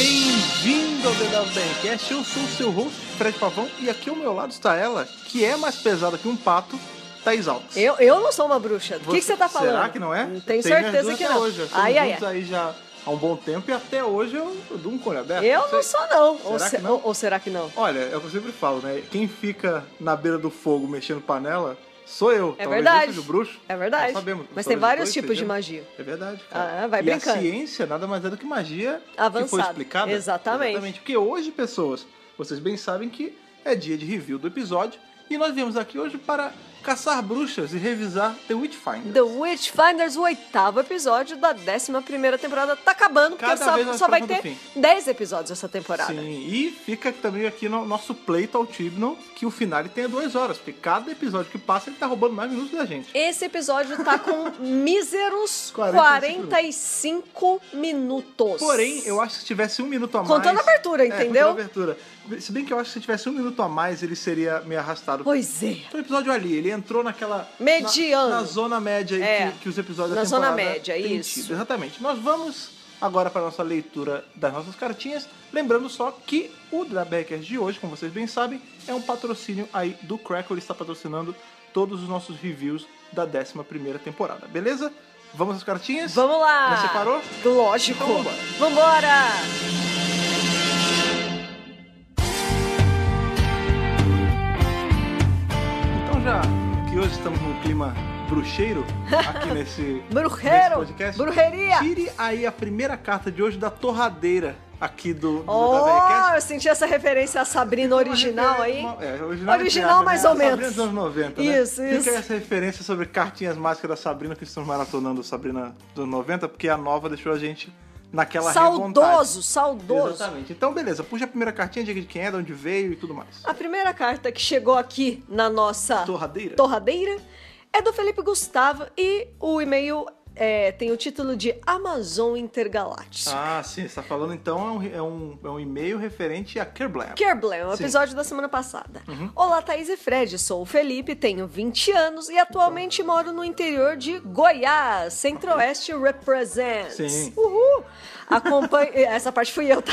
Bem-vindo ao DWBRCast, eu sou o seu host, Fred Pavão, e aqui ao meu lado está ela, que é mais pesada que um pato, Thaís Alves. Eu, eu não sou uma bruxa. O que, que você tá falando? Será que não é? Não tenho Tem minhas certeza duas que até não. Hoje. Estamos Ai, ai, juntos ai. aí já há um bom tempo e até hoje eu, eu dou um com olho aberto. Eu sei. não sou, não. ou, Será se- que não? ou- ou será que não? Olha, é o que eu sempre falo, né? Quem fica na beira do fogo mexendo panela sou eu. É Talvez verdade. eu seja o bruxo. É verdade. Não sabemos. Mas Talvez tem os vários dois tipos de sejam. magia. É verdade, cara. Ah, vai e brincando. a ciência nada mais é do que magia que foi Avançada. explicada. Exatamente. Porque hoje, pessoas, vocês bem sabem que é dia de review do episódio e nós viemos aqui hoje para caçar bruxas e revisar The Witchfinder. The Witchfinders, o oitavo episódio da décima primeira temporada, tá acabando, porque Cada vez só, mais só vai próximo do ter 10 episódios essa temporada. Sim, e fica também aqui no nosso pleito ao Tibnon que o finale tenha duas horas, porque cada episódio que passa ele tá roubando mais minutos da gente. Esse episódio tá com míseros 45 45 minutos. Porém, eu acho que se tivesse um minuto a mais. Contando a abertura, É, contando entendeu? a abertura. Se bem que eu acho que se tivesse um minuto a mais, ele seria meio arrastado. Pois é. Foi um episódio ali, ele entrou naquela. Mediano. Na, na zona média aí É. que, que os episódios Na da zona temporada média, têm isso. tido. Exatamente. Nós vamos agora para a nossa leitura das nossas cartinhas. Lembrando só que o Drabeckers de hoje, como vocês bem sabem, é um patrocínio aí do Crackle. Ele está patrocinando todos os nossos reviews da 11 primeira temporada, beleza? Vamos às cartinhas? Vamos lá. Já separou? Lógico. Então, vambora. vambora. Então já que hoje estamos num clima bruxeiro aqui nesse, nesse Brujeiro! podcast. Brujeria! Tire aí a primeira carta de hoje da torradeira aqui do, do da Oh, VRCast. eu senti essa referência à Sabrina Uma original aí. referência- uma- Então, É, original, entre Original, aspas, mais né? ou A Sabrina menos. dos anos 90, né? Isso, isso. Fica essa referência sobre cartinhas mágicas da Sabrina, que estamos maratonando Sabrina dos anos 90, porque a nova deixou a gente naquela revontade. Saudoso, saudoso. Exatamente. Então, beleza. Puxa a primeira cartinha, diga de quem é, de onde veio e tudo mais. A primeira carta que chegou aqui na nossa Torradeira. torradeira é do Felipe Gustavo e o e-mail é, tem o título de Amazon Intergaláctico. Ah, sim, você está falando então é um, é um, é um e-mail referente a Kerblam. Kerblem, o Sim. Uhum. episódio da semana passada. Olá, Thaís e Fred, sou o Felipe, tenho 20 anos e atualmente moro no interior de Goiás, Centro-Oeste Represents. Sim. Uhul! Acompanho... Essa parte fui eu, tá?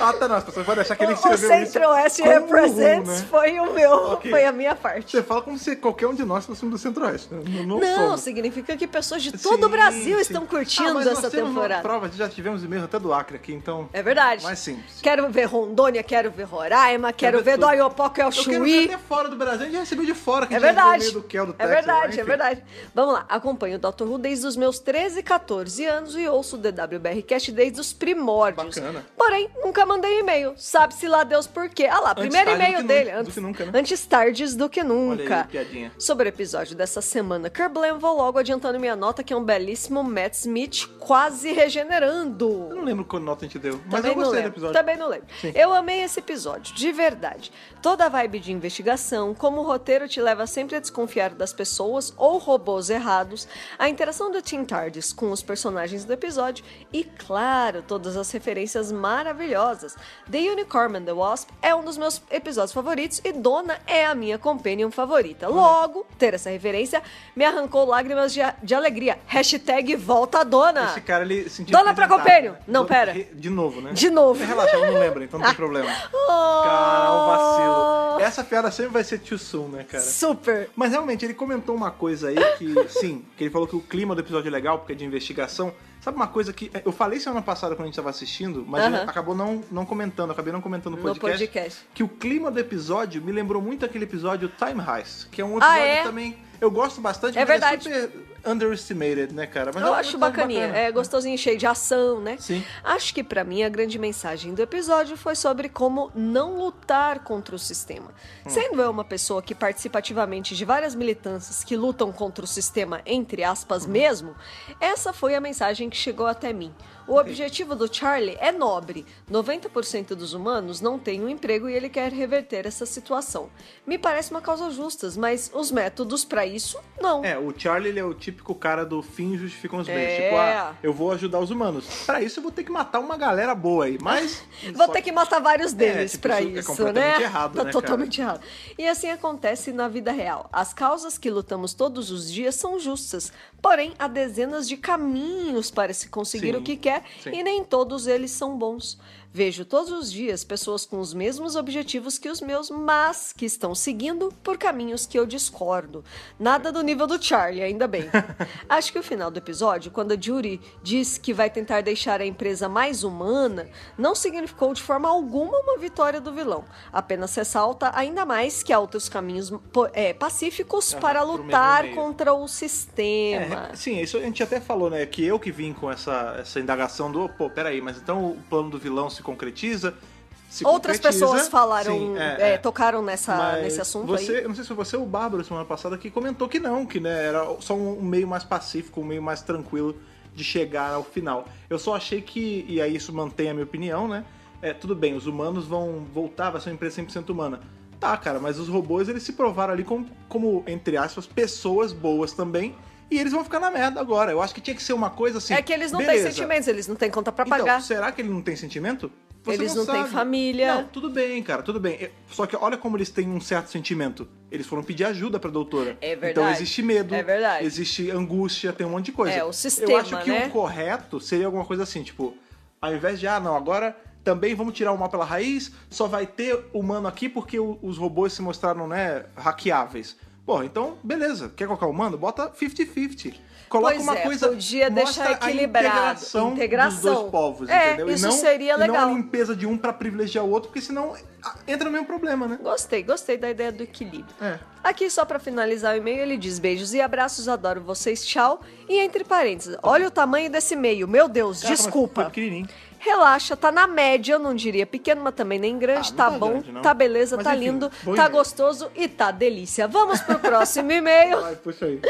Ah, tá, não, as pessoas vão achar que ele o escreveu o Centro-Oeste isso com um Represents ru, né? foi o meu, Ok. foi a minha parte. Você fala como se qualquer um de nós fosse um do Centro-Oeste, né? Não, não, Não, somos. significa que pessoas de todo o Sim, Brasil sim. estão Ah, curtindo mas nós essa temos uma temporada. Prova, já tivemos e-mail até do Acre aqui, então... É verdade. Mais simples. Quero ver Rondônia, quero ver Roraima, quero, ver ver tudo. Doiopó, que é o Eu quero ver Chuí. até fora do Brasil, a gente já recebeu de fora, que É a gente recebeu verdade. e-mail do Kel, do é Texas, né? verdade, enfim. é verdade. Vamos lá, acompanho o Dr. Who desde os meus 13, 14 anos e ouço o DWBRcast desde os primórdios. Bacana. Porém, nunca mandei e-mail. Sabe-se lá Deus por quê. Ah lá, primeiro tarde e-mail do que dele. nunca- do que nunca, né? Antes tardes do que nunca. aí, piadinha. Sobre o episódio dessa semana, Kerblem, vou logo adiantando minha nota que é um belíssimo Matt Smith quase regenerando. Eu não lembro quando nota a gente deu, mas Também eu não gostei do lembro. episódio. Também não lembro. Eu amei esse episódio, de verdade. Toda a vibe de investigação, como o roteiro te leva sempre a desconfiar das pessoas ou robôs errados, a interação do Tim Tardis com os personagens do episódio e, claro, todas as referências maravilhosas. The Unicorn and the Wasp é um dos meus episódios favoritos e Dona é a minha companion favorita. Logo, ter essa referência me arrancou lágrimas de, de alegria. Hashtag volta a Dona! Esse cara, ele sentiu... Dona pra representado, Compênio! né? Não, Do- pera. re- De novo, né? De novo. Relaxa, ela não lembra, então não tem problema. Oh! Cara, o vacilo. Essa piada sempre vai ser too soon, né, cara? Super. Mas realmente, ele comentou uma coisa aí que, sim, que ele falou que o clima do episódio é legal, porque é de investigação. Sabe uma coisa que. é, Eu falei semana passada quando a gente tava assistindo, mas Aham. ele acabou não, não comentando, eu acabei não comentando no No podcast, podcast. Que o clima do episódio me lembrou muito aquele episódio Time Heist, que é um Ah, episódio é? também. Eu gosto bastante, É mas verdade. é super underestimated, né, cara? Mas é Eu um acho episódio bacaninha. bacana. É gostosinho, cheio de ação, né? Sim. Acho que pra mim a grande mensagem do episódio foi sobre como não lutar contra o sistema. Hum. Sendo eu uma pessoa que participa ativamente de várias militâncias que lutam contra o sistema, entre aspas Uhum. mesmo, essa foi a mensagem que chegou até mim. O objetivo do Charlie é nobre. 90% dos humanos não tem um emprego e ele quer reverter essa situação. Me parece uma causa justa, mas os métodos pra isso, não. É, o Charlie ele é o típico cara do fim justificam os meios. É. Tipo, ah, eu vou ajudar os humanos. Pra isso eu vou ter que matar uma galera boa aí, mas. Vou só ter que matar vários deles tipo, pra isso é isso, completamente né? errado, tá né, cara? totalmente errado. E assim acontece na vida real. As causas que lutamos todos os dias são justas, porém há dezenas de caminhos para se conseguir Sim, o que quer sim. e nem todos eles são bons. Vejo todos os dias pessoas com os mesmos objetivos que os meus, mas que estão seguindo por caminhos que eu discordo. Nada do nível do Charlie, ainda bem. Acho que o final do episódio, quando a Judy diz que vai tentar deixar a empresa mais humana, não significou de forma alguma uma vitória do vilão. Apenas ressalta ainda mais que há outros caminhos po- é, pacíficos Aham, para pro meio- lutar meio. contra o sistema. É, sim, isso a gente até falou, né? Que eu que vim com essa, essa indagação do, pô, peraí, mas então o plano do vilão se concretiza? Se Outras concretiza. pessoas falaram, Sim, é, tocaram nessa, Mas nesse assunto você, aí. eu Não sei se foi você ou o Bárbara semana passada que comentou que não, que né, era só um um meio mais pacífico, um meio mais tranquilo de chegar ao final. Eu só achei que, e aí isso mantém a minha opinião, né? É, tudo bem, os humanos vão voltar, vai ser uma empresa 100% humana. Tá, cara, mas os robôs eles se provaram ali como, como, entre aspas, pessoas boas também. E eles vão ficar na merda agora. Eu acho que tinha que ser uma coisa assim. é que eles não beleza. têm sentimentos, eles não têm conta pra Então, pagar. será que ele não tem sentimento? Você Eles não têm sabe. família. Não, tudo bem, cara, tudo bem. É, Só que olha como eles têm um certo sentimento. Eles foram pedir ajuda pra doutora. É verdade. Então existe medo. É verdade. Existe angústia, tem um monte de coisa. É, o sistema, Eu acho que né? o correto seria alguma coisa assim, tipo, ao invés de, ah, não, agora também vamos tirar o mal pela raiz, só vai ter humano aqui porque o- os robôs se mostraram, né, hackeáveis. Pô, então, beleza. Quer colocar humano? Bota 50-50. Coloca Pois uma é, coisa. podia mostra deixar a equilibrado. Integração, Integração. dos dois povos, É, entendeu? isso e não, seria e não a legal. limpeza de um pra privilegiar o outro, porque senão ah, entra no mesmo problema, né? Gostei, gostei da ideia do equilíbrio. É. Aqui, só pra finalizar o e-mail, ele diz beijos e abraços, adoro vocês, tchau. E entre parênteses, olha o tamanho desse e-mail, meu Deus, Caraca, mas foi desculpa. pequenininho. Relaxa, tá na média, eu não diria pequeno, mas também nem grande, Ah, não tá, tá bom, grande, não. tá beleza, Mas tá enfim, lindo, bom tá e-mail. gostoso e tá delícia. Vamos pro próximo e-mail, Vai, puxa aí.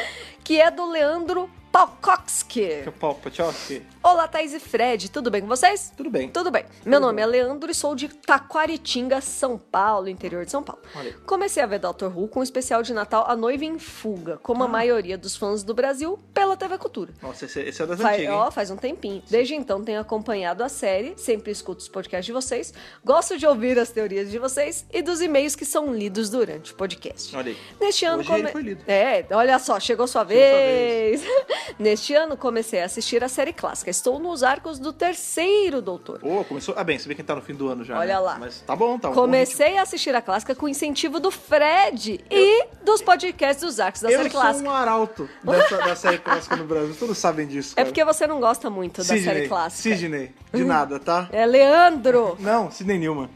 que é do Leandro Palkowski. Popa, tchau. ok. Olá, Thaís e Fred, tudo bem com vocês? Tudo bem. Tudo bem. Meu nome é Leandro e sou de Taquaritinga, São Paulo, interior de São Paulo. Olha aí. Comecei a ver Doctor Who com o especial de Natal A Noiva em Fuga, Ah. como a maioria dos fãs do Brasil, pela TV Cultura. Nossa, esse, esse é das Faz, antigas, ó, hein? faz um tempinho. Desde então tenho acompanhado a série, sempre escuto os podcasts de vocês, gosto de ouvir as teorias de vocês e dos e-mails que são lidos durante o podcast. Olha aí. Neste ano Hoje come- ele foi lido. É, olha só, chegou sua Chegou sua vez. Neste ano comecei a assistir a série clássica. Estou nos arcos do terceiro doutor. Ô, começou... Ah, bem, se bem que tá no fim do ano já, Olha né? lá. Mas tá bom, tá bom. Comecei a assistir a clássica com incentivo do Fred e dos podcasts dos arcos da Eu série sou clássica. um arauto dessa, da série clássica no Brasil. Todos sabem disso, É cara. porque você não gosta muito da série um Sidney, clássica. Sidney, de nada, tá? É Leandro. Não, Sidney nenhuma.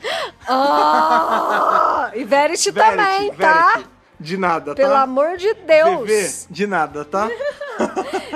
Ah, e Verity também, tá? De nada, Pelo tá? amor de Deus. Bebê, de nada, tá?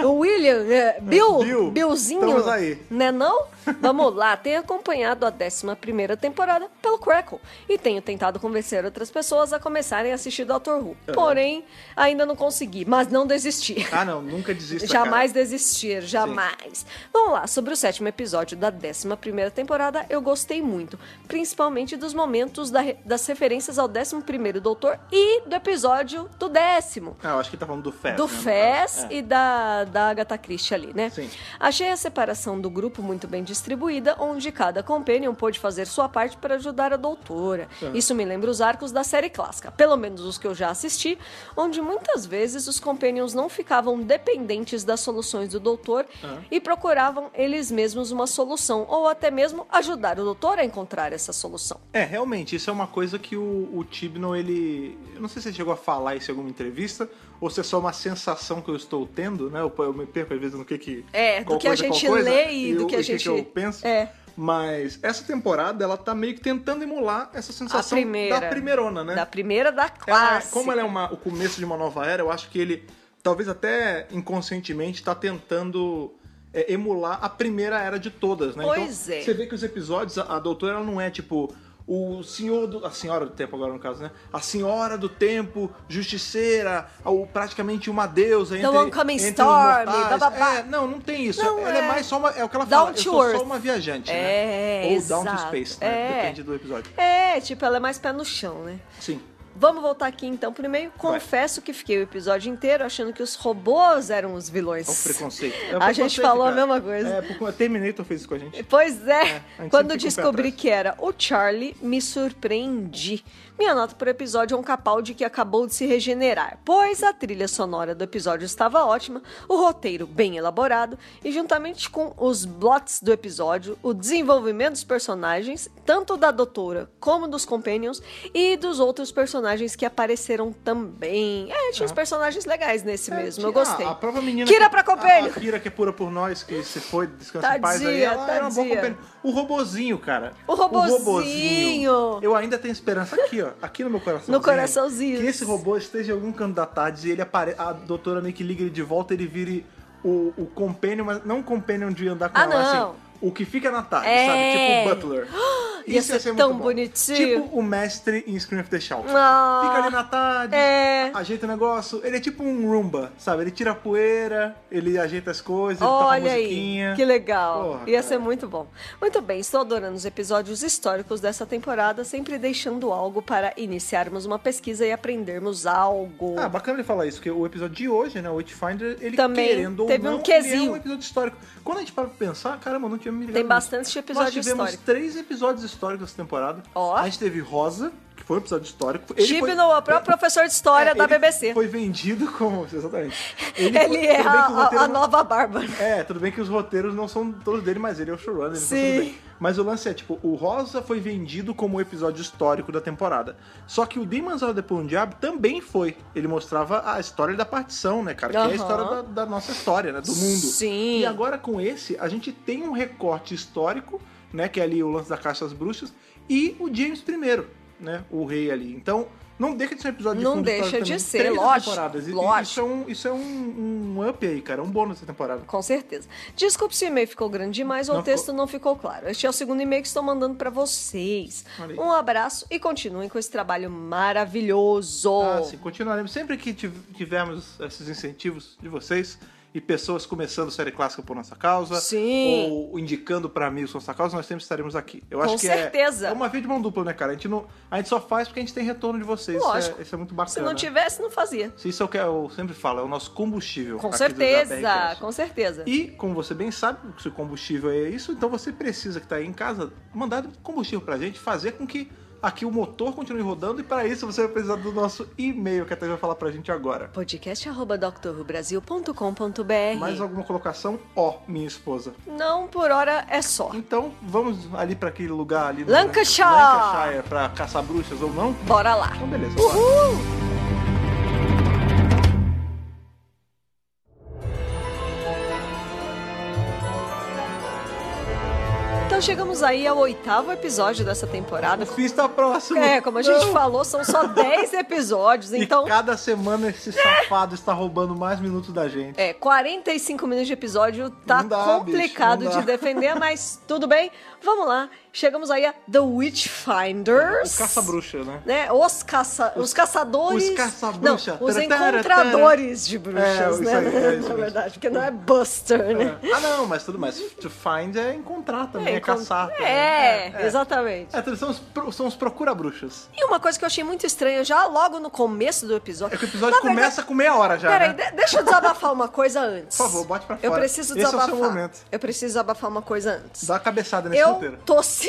O William, é, Bill, Bill, Billzinho. estamos aí. Né não? Vamos lá, tenho acompanhado a 11ª temporada pelo Crackle e tenho tentado convencer outras pessoas a começarem a assistir Doctor Who. Porém, ainda não consegui, mas não desisti. Ah, não, nunca desista, Jamais cara. desistir, jamais. Vamos lá, sobre o sétimo episódio da 11ª temporada, eu gostei muito, principalmente dos momentos da re- das referências ao 11º Doutor e do episódio do décimo. Ah, eu acho que tá falando do Fez. Do né? Fez É. e da, da Agatha Christie ali, né? Sim. Achei a separação do grupo muito bem distribuída, onde cada companion pôde fazer sua parte para ajudar a doutora. Isso me lembra os arcos da série clássica, pelo menos os que eu já assisti, onde muitas vezes os companions não ficavam dependentes das soluções do doutor É. e procuravam eles mesmos uma solução, ou até mesmo ajudar o doutor a encontrar essa solução. É, realmente, isso é uma coisa que o, o Tibnon, ele. Eu não sei se ele chegou a falar isso em alguma entrevista, ou se é só uma sensação que eu estou tendo, né? Eu, eu me perco às vezes no que que. É, do qual que a qual gente lê e do o- que a o gente- Que eu penso. É. Mas essa temporada, ela tá meio que tentando emular essa sensação primeira. da primeirona, né? Da primeira da Ela é- classe. como ela é uma- o começo de uma nova era, eu acho que ele, talvez até inconscientemente, tá tentando é, emular a primeira era de todas, né? Pois então, é. Você vê que os episódios, a, a doutora ela não é tipo. O senhor do. A senhora do tempo, agora no caso, né? A senhora do tempo, justiceira, ou praticamente uma deusa. The entre, Oncoming entre os Storm, mortais. bababá. É, não, não tem isso. Não, ela é... é. mais só uma. É o que ela Down fala. to Eu sou earth. só uma viajante, É, né? Ou down to exato. space, né? É. Depende do episódio. É, tipo, ela é mais pé no chão, né? Sim. Vamos voltar aqui então pro e-mail. Confesso que fiquei o episódio inteiro achando que os robôs eram os vilões. É um preconceito. É um a preconceito, gente falou cara. a mesma coisa. É, porque o Terminator fez isso com a gente. Pois é, a gente quando sempre fica um pé descobri atrás. que era o Charlie, me surpreendi. Minha nota por episódio é um capaldi que acabou de se regenerar, pois a trilha sonora do episódio estava ótima, o roteiro bem elaborado e, juntamente com os blots do episódio, o desenvolvimento dos personagens, tanto da Doutora como dos Companions e dos outros personagens que apareceram também. É, tinha uns personagens legais nesse mesmo, eu Ah, gostei. A, própria menina. Kira que- Ah, pra Copenhague! a- a Kira que é pura por nós, que se foi, descansa em paz aí. Tadinha, Ela era uma boa tadinha. companhia. O robozinho, cara. O robozinho. Eu ainda tenho esperança aqui, ó. Aqui no meu coraçãozinho. No coraçãozinho. Que esse robô esteja em algum canto da tarde e ele apare... a doutora meio que liga ele de volta ele vire o, o companion, mas não o companion de andar com Ah, ela, mas, não. assim. O que fica na tarde, É. sabe? Tipo o Butler. Ia Isso ser muito tão bom. bonitinho. Tipo o mestre em Scream of the Shout. Ah. Fica ali na tarde, É. ajeita o negócio. Ele é tipo um Roomba, sabe? Ele tira a poeira, ele ajeita as coisas, ele Olha toca aí, tá musiquinha. que legal. Porra, Ia cara. ser muito bom. Muito bem, estou adorando os episódios históricos dessa temporada, sempre deixando algo para iniciarmos uma pesquisa e aprendermos algo. Ah, bacana ele falar isso, porque o episódio de hoje, né, o Witchfinder, ele Também querendo teve um ou não, ele é quezinho. um episódio histórico. Quando a gente para pra pensar, caramba, eu não tinha me ligado Tem nisso. bastante Nós episódio tivemos histórico. três episódios históricos essa temporada. Ó. A gente teve Rosa, que foi um episódio histórico. Ele Chip foi- Noah, o próprio professor de história é, da ele BBC. Foi vendido como. Exatamente. foi- Ele, é tudo bem a, que o roteiro né? a não- nova Bárbara. É, tudo bem que os roteiros não são todos dele, mas ele é o showrunner, então Sim. tudo bem. Mas o lance é, tipo, o Rosa foi vendido como um episódio histórico da temporada. Só que o Demons of the Punjab também foi. Ele mostrava a história da partição, né, cara? Que é a Aham. história da, da nossa história, né? Do mundo. Sim. E agora com esse, a gente tem um recorte histórico, né? Que é ali o lance da Caixa das Bruxas. E o James I, né? O rei ali. Então... Não deixa de ser um episódio Não de fundo deixa histórico de também. ser, Três lógico, temporadas. E- e lógico. Isso é, um, isso é um, um up aí, cara. É um bônus da temporada. Com certeza. Desculpe se o e-mail ficou grande demais ou Não o texto não ficou claro. Este é o segundo e-mail que estou mandando para vocês. Olha aí. Um abraço e continuem com esse trabalho maravilhoso. Ah, sim, continuaremos. Sempre que tiv- tivermos esses incentivos de vocês e pessoas começando série clássica por nossa causa, Sim. ou indicando pra mim nossa causa, nós sempre estaremos aqui. Eu acho que é- certeza. É, uma via de mão dupla, né, cara? A gente, não, a gente só faz porque a gente tem retorno de vocês. Isso é- Isso Lógico. é, muito bacana. Se não tivesse, não fazia. Se isso é o que eu sempre falo, é o nosso combustível. Com aqui do- da certeza, BRCast. com certeza. E, como você bem sabe, se o combustível é isso, então você precisa que tá aí em casa mandar combustível pra gente, fazer com que aqui o motor continue rodando e para isso você vai precisar do nosso e-mail que a Thaís vai falar pra gente agora. Mais podcast.doctorrobrasil.com.br alguma colocação? Ó, minha esposa. Não, por hora é só. Então, vamos ali pra aquele lugar ali no Lancashire. Lancashire pra caçar bruxas ou não? Bora lá. Então, beleza. bora. Uhul! Então chegamos aí ao oitavo episódio dessa temporada. O fim está tá próximo. É, como a gente Não. falou, são só 10 episódios, então E cada semana esse safado está roubando mais minutos da gente. É, 45 minutos de episódio tá Não dá, complicado bicho, não de dá. defender, mas tudo bem. Vamos lá. Chegamos aí a The Witchfinders. O caça-bruxa, né? Né? Os, caça, os, caçadores. os caça-bruxa. Não, os Tara, tara, encontradores de bruxas, É, isso né? aí, é isso Na mesmo. verdade, porque não é Buster, né? É. Ah, não, mas tudo mais. To find é encontrar também, é, encont- caçar. também. então, É, é. exatamente. É, então são os, pro- são os procura-bruxas. E uma coisa que eu achei muito estranha já logo no começo do episódio. É que o episódio Na verdade, começa com meia hora já. Peraí, né? de- deixa eu desabafar uma coisa antes. Por favor, bote pra Eu fora. preciso Esse é o seu desabafar. momento. Eu preciso desabafar uma coisa antes. Dá uma cabeçada nesse Eu roteiro. tô sentindo.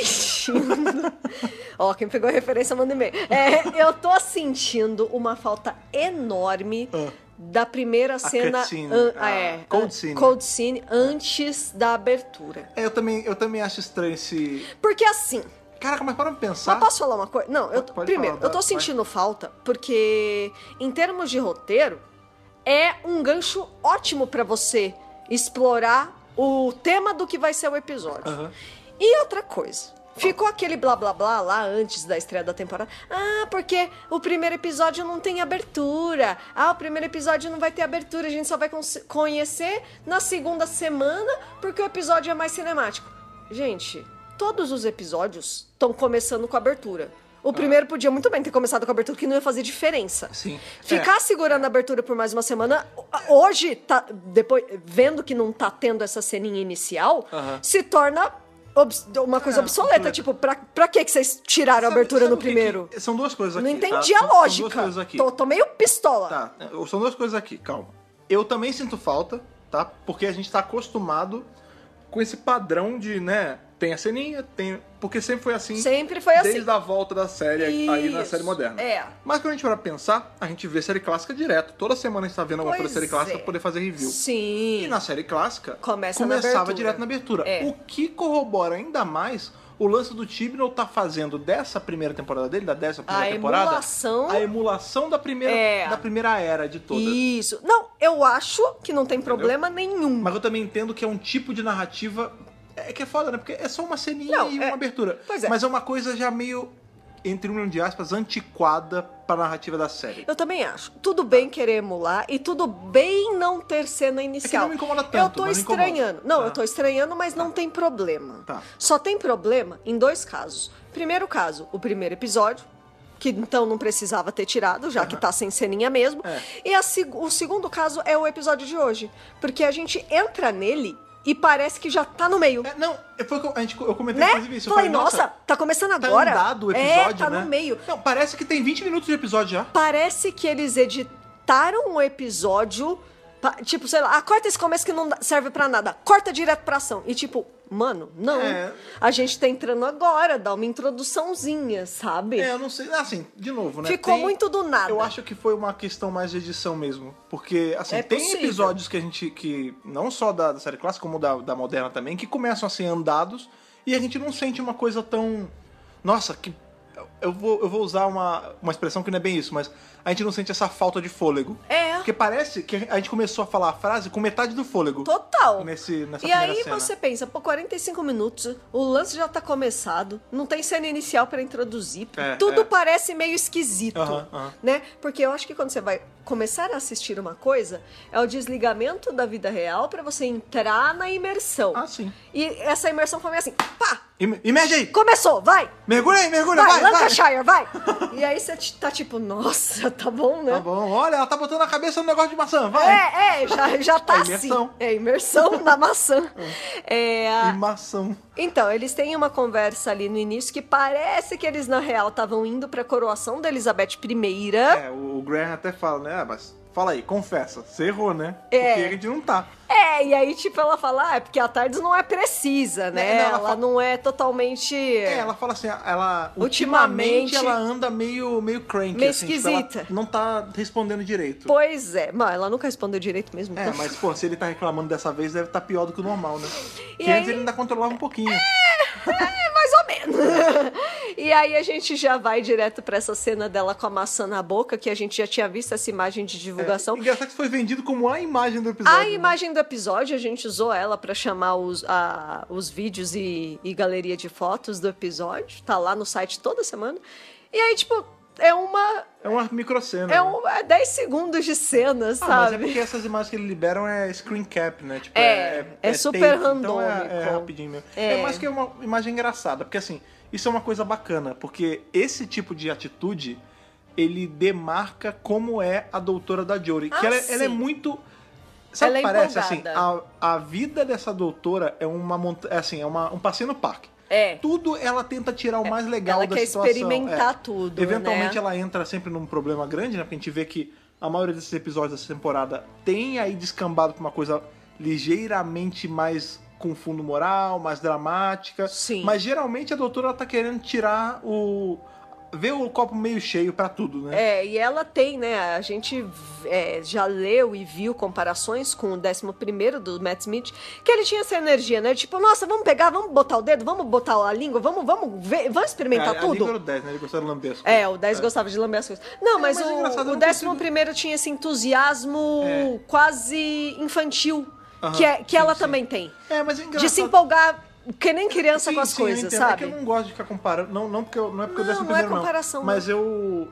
Ó, quem pegou a referência manda e-mail. É, eu tô sentindo uma falta enorme Ah. da primeira cena. cutscene, an- a é, Ah, cold an- scene. cold scene antes da abertura. É, eu também, eu também acho estranho esse. Porque assim, Caraca, mas para pra pensar. mas posso falar uma coisa? Não, eu, Pode- pode primeiro, falar, eu tô vai. sentindo falta porque, em termos de roteiro, é um gancho ótimo pra você explorar o tema do que vai ser o episódio. Aham. E outra coisa. Ficou aquele blá blá blá lá antes da estreia da temporada. Ah, porque o primeiro episódio não tem abertura. Ah, o primeiro episódio não vai ter abertura. A gente só vai con- conhecer na segunda semana porque o episódio é mais cinemático. Gente, todos os episódios estão começando com abertura. O primeiro podia muito bem ter começado com abertura, que não ia fazer diferença. Sim. É. Ficar segurando a abertura por mais uma semana, hoje, tá, depois, vendo que não tá tendo essa ceninha inicial, Aham. se torna obs- uma coisa É, obsoleta, obsoleta. tipo, pra, pra que que vocês tiraram a Sabe- abertura sabe no o que primeiro? que- são duas coisas aqui. Não tá? entendi São- a lógica. São duas coisas aqui. Tô, tô meio pistola. Tá, eh, são duas coisas aqui, calma. Eu também sinto falta, tá? Porque a gente tá acostumado com esse padrão de, né? Tem a ceninha, tem. Porque sempre foi assim. Sempre foi assim. Desde a volta da série aí na Isso, série moderna. é. Mas quando a gente para pensar, a gente vê série clássica direto. Toda semana a gente tá vendo alguma coisa da Pois série clássica é. pra poder fazer review. Sim. E na série clássica, Começa na começava abertura. direto na abertura. É. O que corrobora ainda mais o lance do Tibnall tá fazendo dessa primeira temporada dele, da décima A primeira temporada, emulação- a emulação da primeira, É. da primeira era de todas. Isso. Não, eu acho que não tem problema nenhum. Mas eu também entendo que é um tipo de narrativa. É que é foda, né? Porque é só uma ceninha Não, e é- uma abertura. Pois é. Mas é uma coisa já meio, entre um milhão de aspas, antiquada pra narrativa da série. Eu também acho. Tudo bem querer emular e tudo bem não ter cena É inicial. não me incomoda tanto, Eu tô mas me incomoda. estranhando. Não, Tá. eu tô estranhando, mas não tem problema. Tá. Só tem problema em dois casos. Primeiro caso, o primeiro episódio, que então não precisava ter tirado, já que tá sem ceninha mesmo. É. E a seg- o segundo caso é o episódio de hoje, porque a gente entra nele e parece que já tá no meio. É, não, foi o que eu, a gente, eu comentei Né? inclusive isso. Eu Falei, falei, nossa, tá começando tá agora. andado o episódio, é, tá né? no meio. Não, parece que tem 20 minutos de episódio já. Parece que eles editaram o episódio. pa- Tipo, sei lá, ah, corta esse começo que não dá- serve pra nada. Corta direto pra ação. E tipo, mano, não. É. A gente tá entrando agora, dá uma introduçãozinha, sabe? É, eu não sei. Assim, de novo, né? Ficou muito do nada. Eu acho que foi uma questão mais de edição mesmo. Porque, assim, É tem possível. episódios que a gente. que Não só da, da série clássica, como da, da moderna também, que começam assim, andados, e a gente não sente uma coisa tão. Nossa, que. Eu vou, eu vou usar uma, uma expressão que não é bem isso, mas a gente não sente essa falta de fôlego. É. Porque parece que a gente começou a falar a frase com metade do fôlego. Total. Nesse, nessa e primeira aí cena. você pensa, pô, 45 minutos, o lance já tá começado, não tem cena inicial pra introduzir, É, tudo é. parece meio esquisito, Aham, aham. né? Porque eu acho que quando você vai começar a assistir uma coisa, é o desligamento da vida real pra você entrar na imersão. Ah, sim. E essa imersão foi meio assim, pá, Im- Imerge aí! começou, vai, Mergulha aí, mergulha, vai, vai, vai! Lancashire, vai. E aí você t- tá tipo, nossa, tá bom, né? Tá bom, olha, ela tá botando a cabeça no negócio de maçã, vai! É, é, já, já tá É assim. imersão. É imersão na maçã. É, a- E maçã. Então, eles têm uma conversa ali no início que parece que eles, na real, estavam indo pra coroação da Elizabeth I. É, o o Graham até fala, né? Ah, mas fala aí, confessa, você errou, né? É. Porque a gente não tá. É, e aí, tipo, ela fala, ah, é porque a Tardes não é precisa, né? É, não, ela ela fala- não é totalmente... É, ela fala assim, ela ultimamente, Ultimamente- ela anda meio meio cranky, Meio assim, tipo, ela esquisita. não tá respondendo direito. Pois é. Mas ela nunca respondeu direito mesmo. É, então. mas pô, se ele tá reclamando dessa vez, deve tá pior do que o normal, né? E Porque antes aí- É. ele ainda controlava um pouquinho. mais ou menos. e aí a gente já vai direto pra essa cena dela com a maçã na boca, que a gente já tinha visto essa imagem de divulgação. Engraçado que foi vendido como a imagem do episódio. A né? imagem do episódio, a gente usou ela pra chamar os, a- os vídeos e, e galeria de fotos do episódio. Tá lá no site toda semana. E aí, tipo, é uma. É uma microcena. É, né? um, é 10 segundos de cena, Ah, mas é sabe? porque essas imagens que eles liberam é screen cap, né? Tipo, É, é take, super Então é- é, randômico. rapidinho mesmo. É. É. mais que uma imagem engraçada, porque assim, isso é uma coisa bacana, porque esse tipo de atitude, ele demarca como é a doutora da Jory. Ah, que ela, sim. ela é muito... Sabe o Ela que é parece? Assim, empolgada. a, a vida dessa doutora é uma monta é assim, é uma, um passeio no parque. É. Tudo ela tenta tirar o mais legal ela da quer situação. é. experimentar tudo, Eventualmente né? ela entra sempre num problema grande, né? Porque a gente vê que a maioria desses episódios dessa temporada tem aí descambado pra uma coisa ligeiramente mais com fundo moral, mais dramática. Sim. Mas geralmente a doutora ela tá querendo tirar o. ver o copo meio cheio pra tudo, né? É, e ela tem, né? A gente é, já leu e viu comparações com o 11 do Matt Smith, que ele tinha essa energia, né? Tipo, nossa, vamos pegar, vamos botar o dedo, vamos botar a língua, vamos, vamos ver, vamos experimentar a, a tá tudo. Líbero 10, né? Ele gostava de lamber as É, coisas. o 10 gostava de lamber as coisas. Não, É, mas, mas é engraçado, o, eu o não 11 consigo- É. primeiro tinha esse entusiasmo quase infantil, Aham, que, é, que sim, ela sim. também tem. É, mas é engraçado. De se empolgar, que nem criança Sim, com as sim, eu coisas, entendo. É sabe? que eu não gosto de ficar comparando. Não, não, porque eu, não é porque eu Não, décimo não é primeiro, comparação, Mas eu.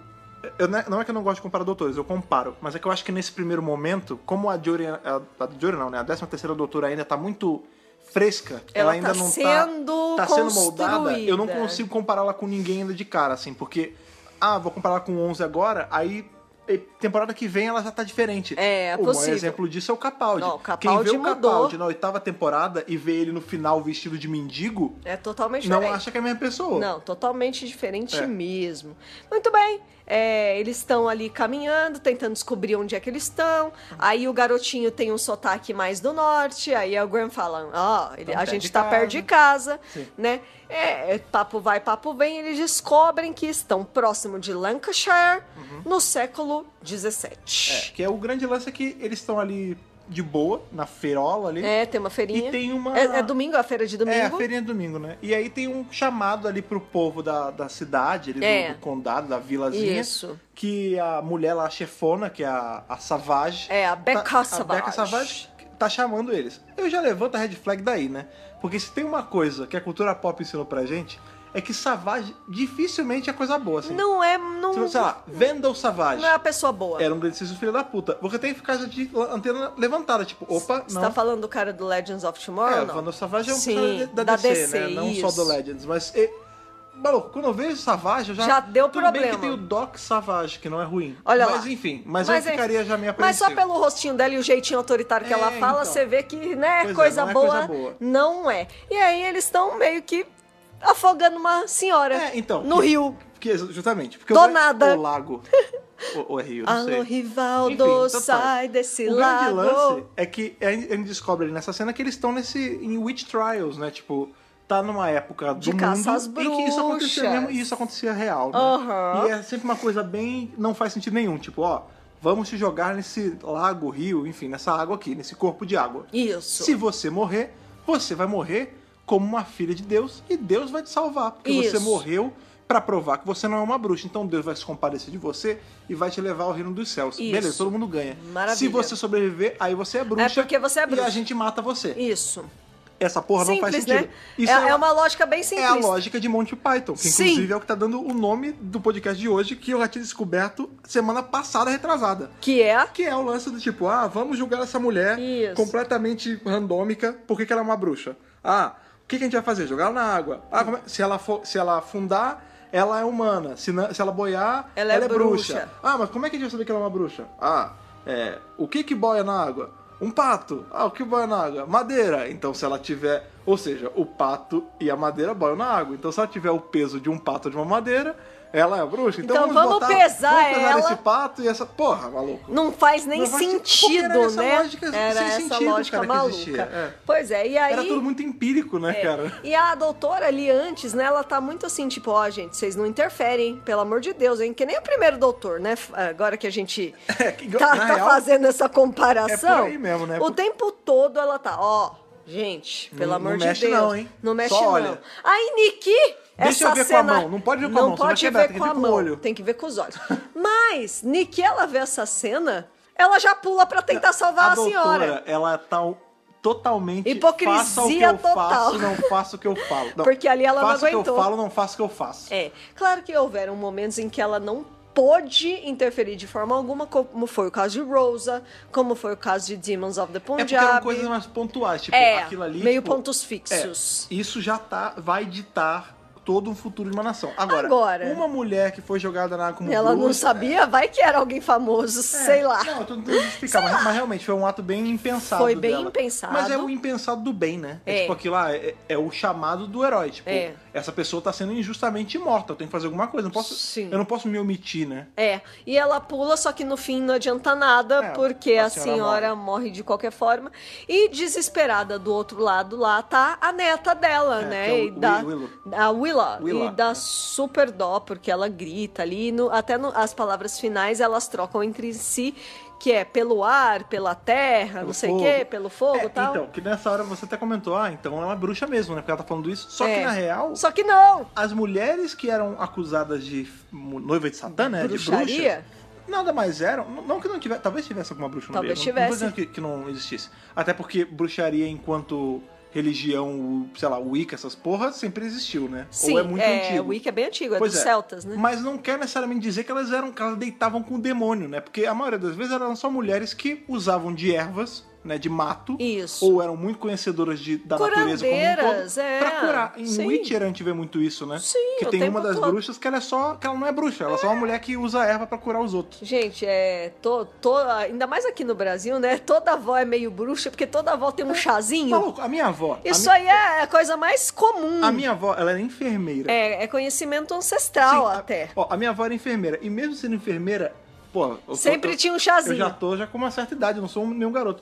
eu não é- não é que eu não gosto de comparar doutores, eu comparo. Mas é que eu acho que nesse primeiro momento, como a Jory. A, a Jory não, né? A 13 terceira doutora ainda tá muito fresca. Ela Ela, ainda tá não sendo tá. Tá sendo moldada. Eu não construída. consigo compará-la com ninguém ainda de cara, assim, porque. Ah, vou comparar com 11 agora, aí. e temporada que vem ela já tá diferente. É, é O maior possível. exemplo disso é o Capaldi. Não, o Quem Capaldi vê o mudou. Capaldi na oitava temporada e vê ele no final vestido de mendigo, É totalmente não diferente. acha que é a mesma pessoa. Não, totalmente diferente É. mesmo. Muito bem. é, eles estão ali caminhando, tentando descobrir onde é que eles estão. Aí o garotinho tem um sotaque mais do norte. Aí o Graham fala: Ó, ele- Tão a perto gente de tá casa." perto de casa, Sim. né? É, é, papo vai, papo vem. Eles descobrem que estão próximo de Lancashire Uhum. no século É, XVII. que é o grande lance é que eles estão ali de boa, na ferola ali. É. tem uma feirinha. E tem uma- É, é domingo, é a feira de domingo. É, a feirinha de domingo, né? E aí tem um chamado ali pro povo da, da cidade, ali do- É. do, condado, da vilazinha. Isso. Que a mulher lá, a chefona, que é a, a Savage. É, a Becca tá, A Savage. Becca Savage tá chamando eles. Eu já levanto a red flag daí, né? Porque se tem uma coisa que a cultura pop ensinou pra gente, é que Savage dificilmente é coisa boa, assim. Não é. Não, Tipo, Sei lá, Vendel Savage. não é uma pessoa boa. Era um grandíssimo filho da puta. Você tem que ficar já de antena levantada, tipo, opa, Você não. tá falando do cara do Legends of Tomorrow? É, o não? Vandal Savage é um Sim, personagem da, da DC, né? Não só do isso. Legends, mas. e- maluco, quando eu vejo Savage, eu já. Já deu Tudo bem problema. que tem o Doc Savage, que não é ruim. Olha mas lá. enfim, mas, eu é- ficaria já meio Mas só apreensivo. pelo rostinho dela e o jeitinho autoritário que É, ela fala, então. você vê que, né, Pois é, coisa, não é boa, coisa boa. não é. E aí eles estão meio que afogando uma senhora É, então. no que- rio. que- justamente. Porque Do o, nada. Ah, O lago. o, o é rio, não sei. Alô, Rivaldo, Enfim, tanto faz. sai desse o lago. grande lance é que a gente descobre ali nessa cena que eles estão nesse em witch trials, né? Tipo, tá numa época do De mundo caça às em que isso acontecia bruxas. mesmo e isso acontecia real, né? Aham. E é sempre uma coisa bem não faz sentido nenhum, tipo, ó, vamos te jogar nesse lago, rio, enfim, nessa água aqui, nesse corpo de água. Isso. Se você morrer, você vai morrer como uma filha de Deus e Deus vai te salvar, porque você Isso. morreu pra provar que você não é uma bruxa. Então Deus vai se compadecer de você e vai te levar ao reino dos céus. Isso. Beleza, todo mundo ganha. Maravilha. Se você sobreviver, aí você é bruxa. É porque você E é a bruxa. gente mata você. Isso. Essa porra não faz Simples, sentido. né? Isso é, é, é uma lógica bem é simples. a lógica de Monty Python, que Sim. inclusive é o que tá dando o nome do podcast de hoje, que eu já tinha descoberto semana passada, retrasada. Que é Que é o lance do tipo, ah, vamos julgar essa mulher Isso. completamente randômica, porque que ela é uma bruxa. Ah, o que, que a gente vai fazer? Jogar ela na água. Ah, como é- se, ela for, se ela afundar, ela é humana. Se, na- se ela boiar, Ela é bruxa. Ah, mas como é que a gente vai saber que ela é uma bruxa? Ah, é, o que que boia na água? Um pato. Ah, o que boia na água? Madeira. Então, se ela tiver... Ou seja, o pato e a madeira boiam na água. Então, se ela tiver o peso de um pato ou de uma madeira, ela é a bruxa. Então, Então, vamos, vamos botar, pesar vamos pesar ela. esse pato e essa... Porra, maluco. Não faz nem Não faz sentido, sentido, porque era essa né? lógica sem era essa sentido, lógica cara, que maluca. existia, é. Pois é, e aí. Era tudo muito empírico, né, é, cara? E a doutora ali antes, né? Ela tá muito assim, tipo, ó, gente, vocês não interferem, pelo amor de Deus, hein? Que nem o primeiro doutor, né? f- Agora que a gente É, que, tá, na tá real, fazendo essa comparação. é por aí mesmo, né? O tempo todo ela tá, ó, gente, pelo Não- amor não de mexe Deus. não, hein? Não mexe Só não. olha. Aí, Niki, Deixa essa eu ver com a cena- mão. Não pode ver com a não mão, senão vai pode quebrar, ver tem que com ver a com o mão. olho. Tem que ver com os olhos. Mas, Niki, ela vê essa cena, ela já pula pra tentar salvar a, doutora, senhora. ela tá o- totalmente Hipocrisia faça o que eu total. faço, não faço o que eu falo. Não, Porque ali ela não faço o que eu aguentou. falo, não faço o que eu faço. É, claro que houveram momentos em que ela não pôde interferir de forma alguma, como foi o caso de Rosa, como foi o caso de Demons of the É Punjab. porque eram coisas mais pontuais, tipo, É, aquilo ali. meio tipo, pontos fixos. é, isso já tá, vai ditar todo um futuro de uma nação. Agora, Agora. uma mulher que foi jogada na água um como Ela não bruxa, sabia, vai que era alguém famoso, É, sei lá. Não, eu tô tentando justificar, mas, mas realmente foi um ato bem impensado. Foi bem dela. impensado. Mas é o impensado do bem, né? É, É. tipo aquilo lá, é, é o chamado do herói. Tipo, É. essa pessoa tá sendo injustamente morta, eu tenho que fazer alguma coisa. eu Não posso, Sim. Eu não posso me omitir, né? É, e ela pula, só que no fim não adianta nada, É, porque a a, senhora senhora, morre. de qualquer forma. E desesperada do outro lado lá tá a neta dela, É, que né? é o e da, Wi- Willow. A Willa. Willa, E dá é. super dó, porque ela grita ali. no- até no- as palavras finais elas trocam entre si, que é pelo ar, pela terra, Pelo não sei o fogo. quê, pelo fogo É, e tal. Então, que nessa hora você até comentou, ah, então ela é bruxa mesmo, né? Porque ela tá falando isso. Só que É. na real, é Só que não! as mulheres que eram acusadas de f- noiva de Satã, né? De Bruxaria? bruxas, nada mais eram. não- Não que não tivesse. Talvez tivesse alguma bruxa no Talvez meio. não- tivesse. Não tô dizendo que, que não existisse. Até porque bruxaria enquanto religião, o- sei lá, Wicca, essas porras, sempre existiu, né? Sim, Ou é muito antigo. O Wicca é bem antigo, é Pois dos é. celtas, né? Mas não quer necessariamente dizer que elas eram que elas deitavam com o demônio, né? Porque a maioria das vezes eram só mulheres que usavam de ervas né, de mato. Isso. Ou eram muito conhecedoras de, da natureza como um Curandeiras, todo, é. pra curar. Em Sim. Witcher a gente vê muito isso, né? Sim, que o tem tempo uma das todo. bruxas que ela é só. que ela não é bruxa, ela é só uma mulher que usa erva pra curar os outros. Gente, é, tô, tô, ainda mais aqui no Brasil, né? Toda avó é meio bruxa, porque toda avó É. tem um chazinho. Maluco, Tá a minha avó. Isso a, mi- aí é a coisa mais comum. a minha avó, ela era enfermeira. É, é conhecimento ancestral Sim, a- até. ó, a minha avó era enfermeira. E mesmo sendo enfermeira, pô. eu- Sempre eu- tinha um Eu chazinho. já tô já com uma certa idade, eu não sou nenhum garoto.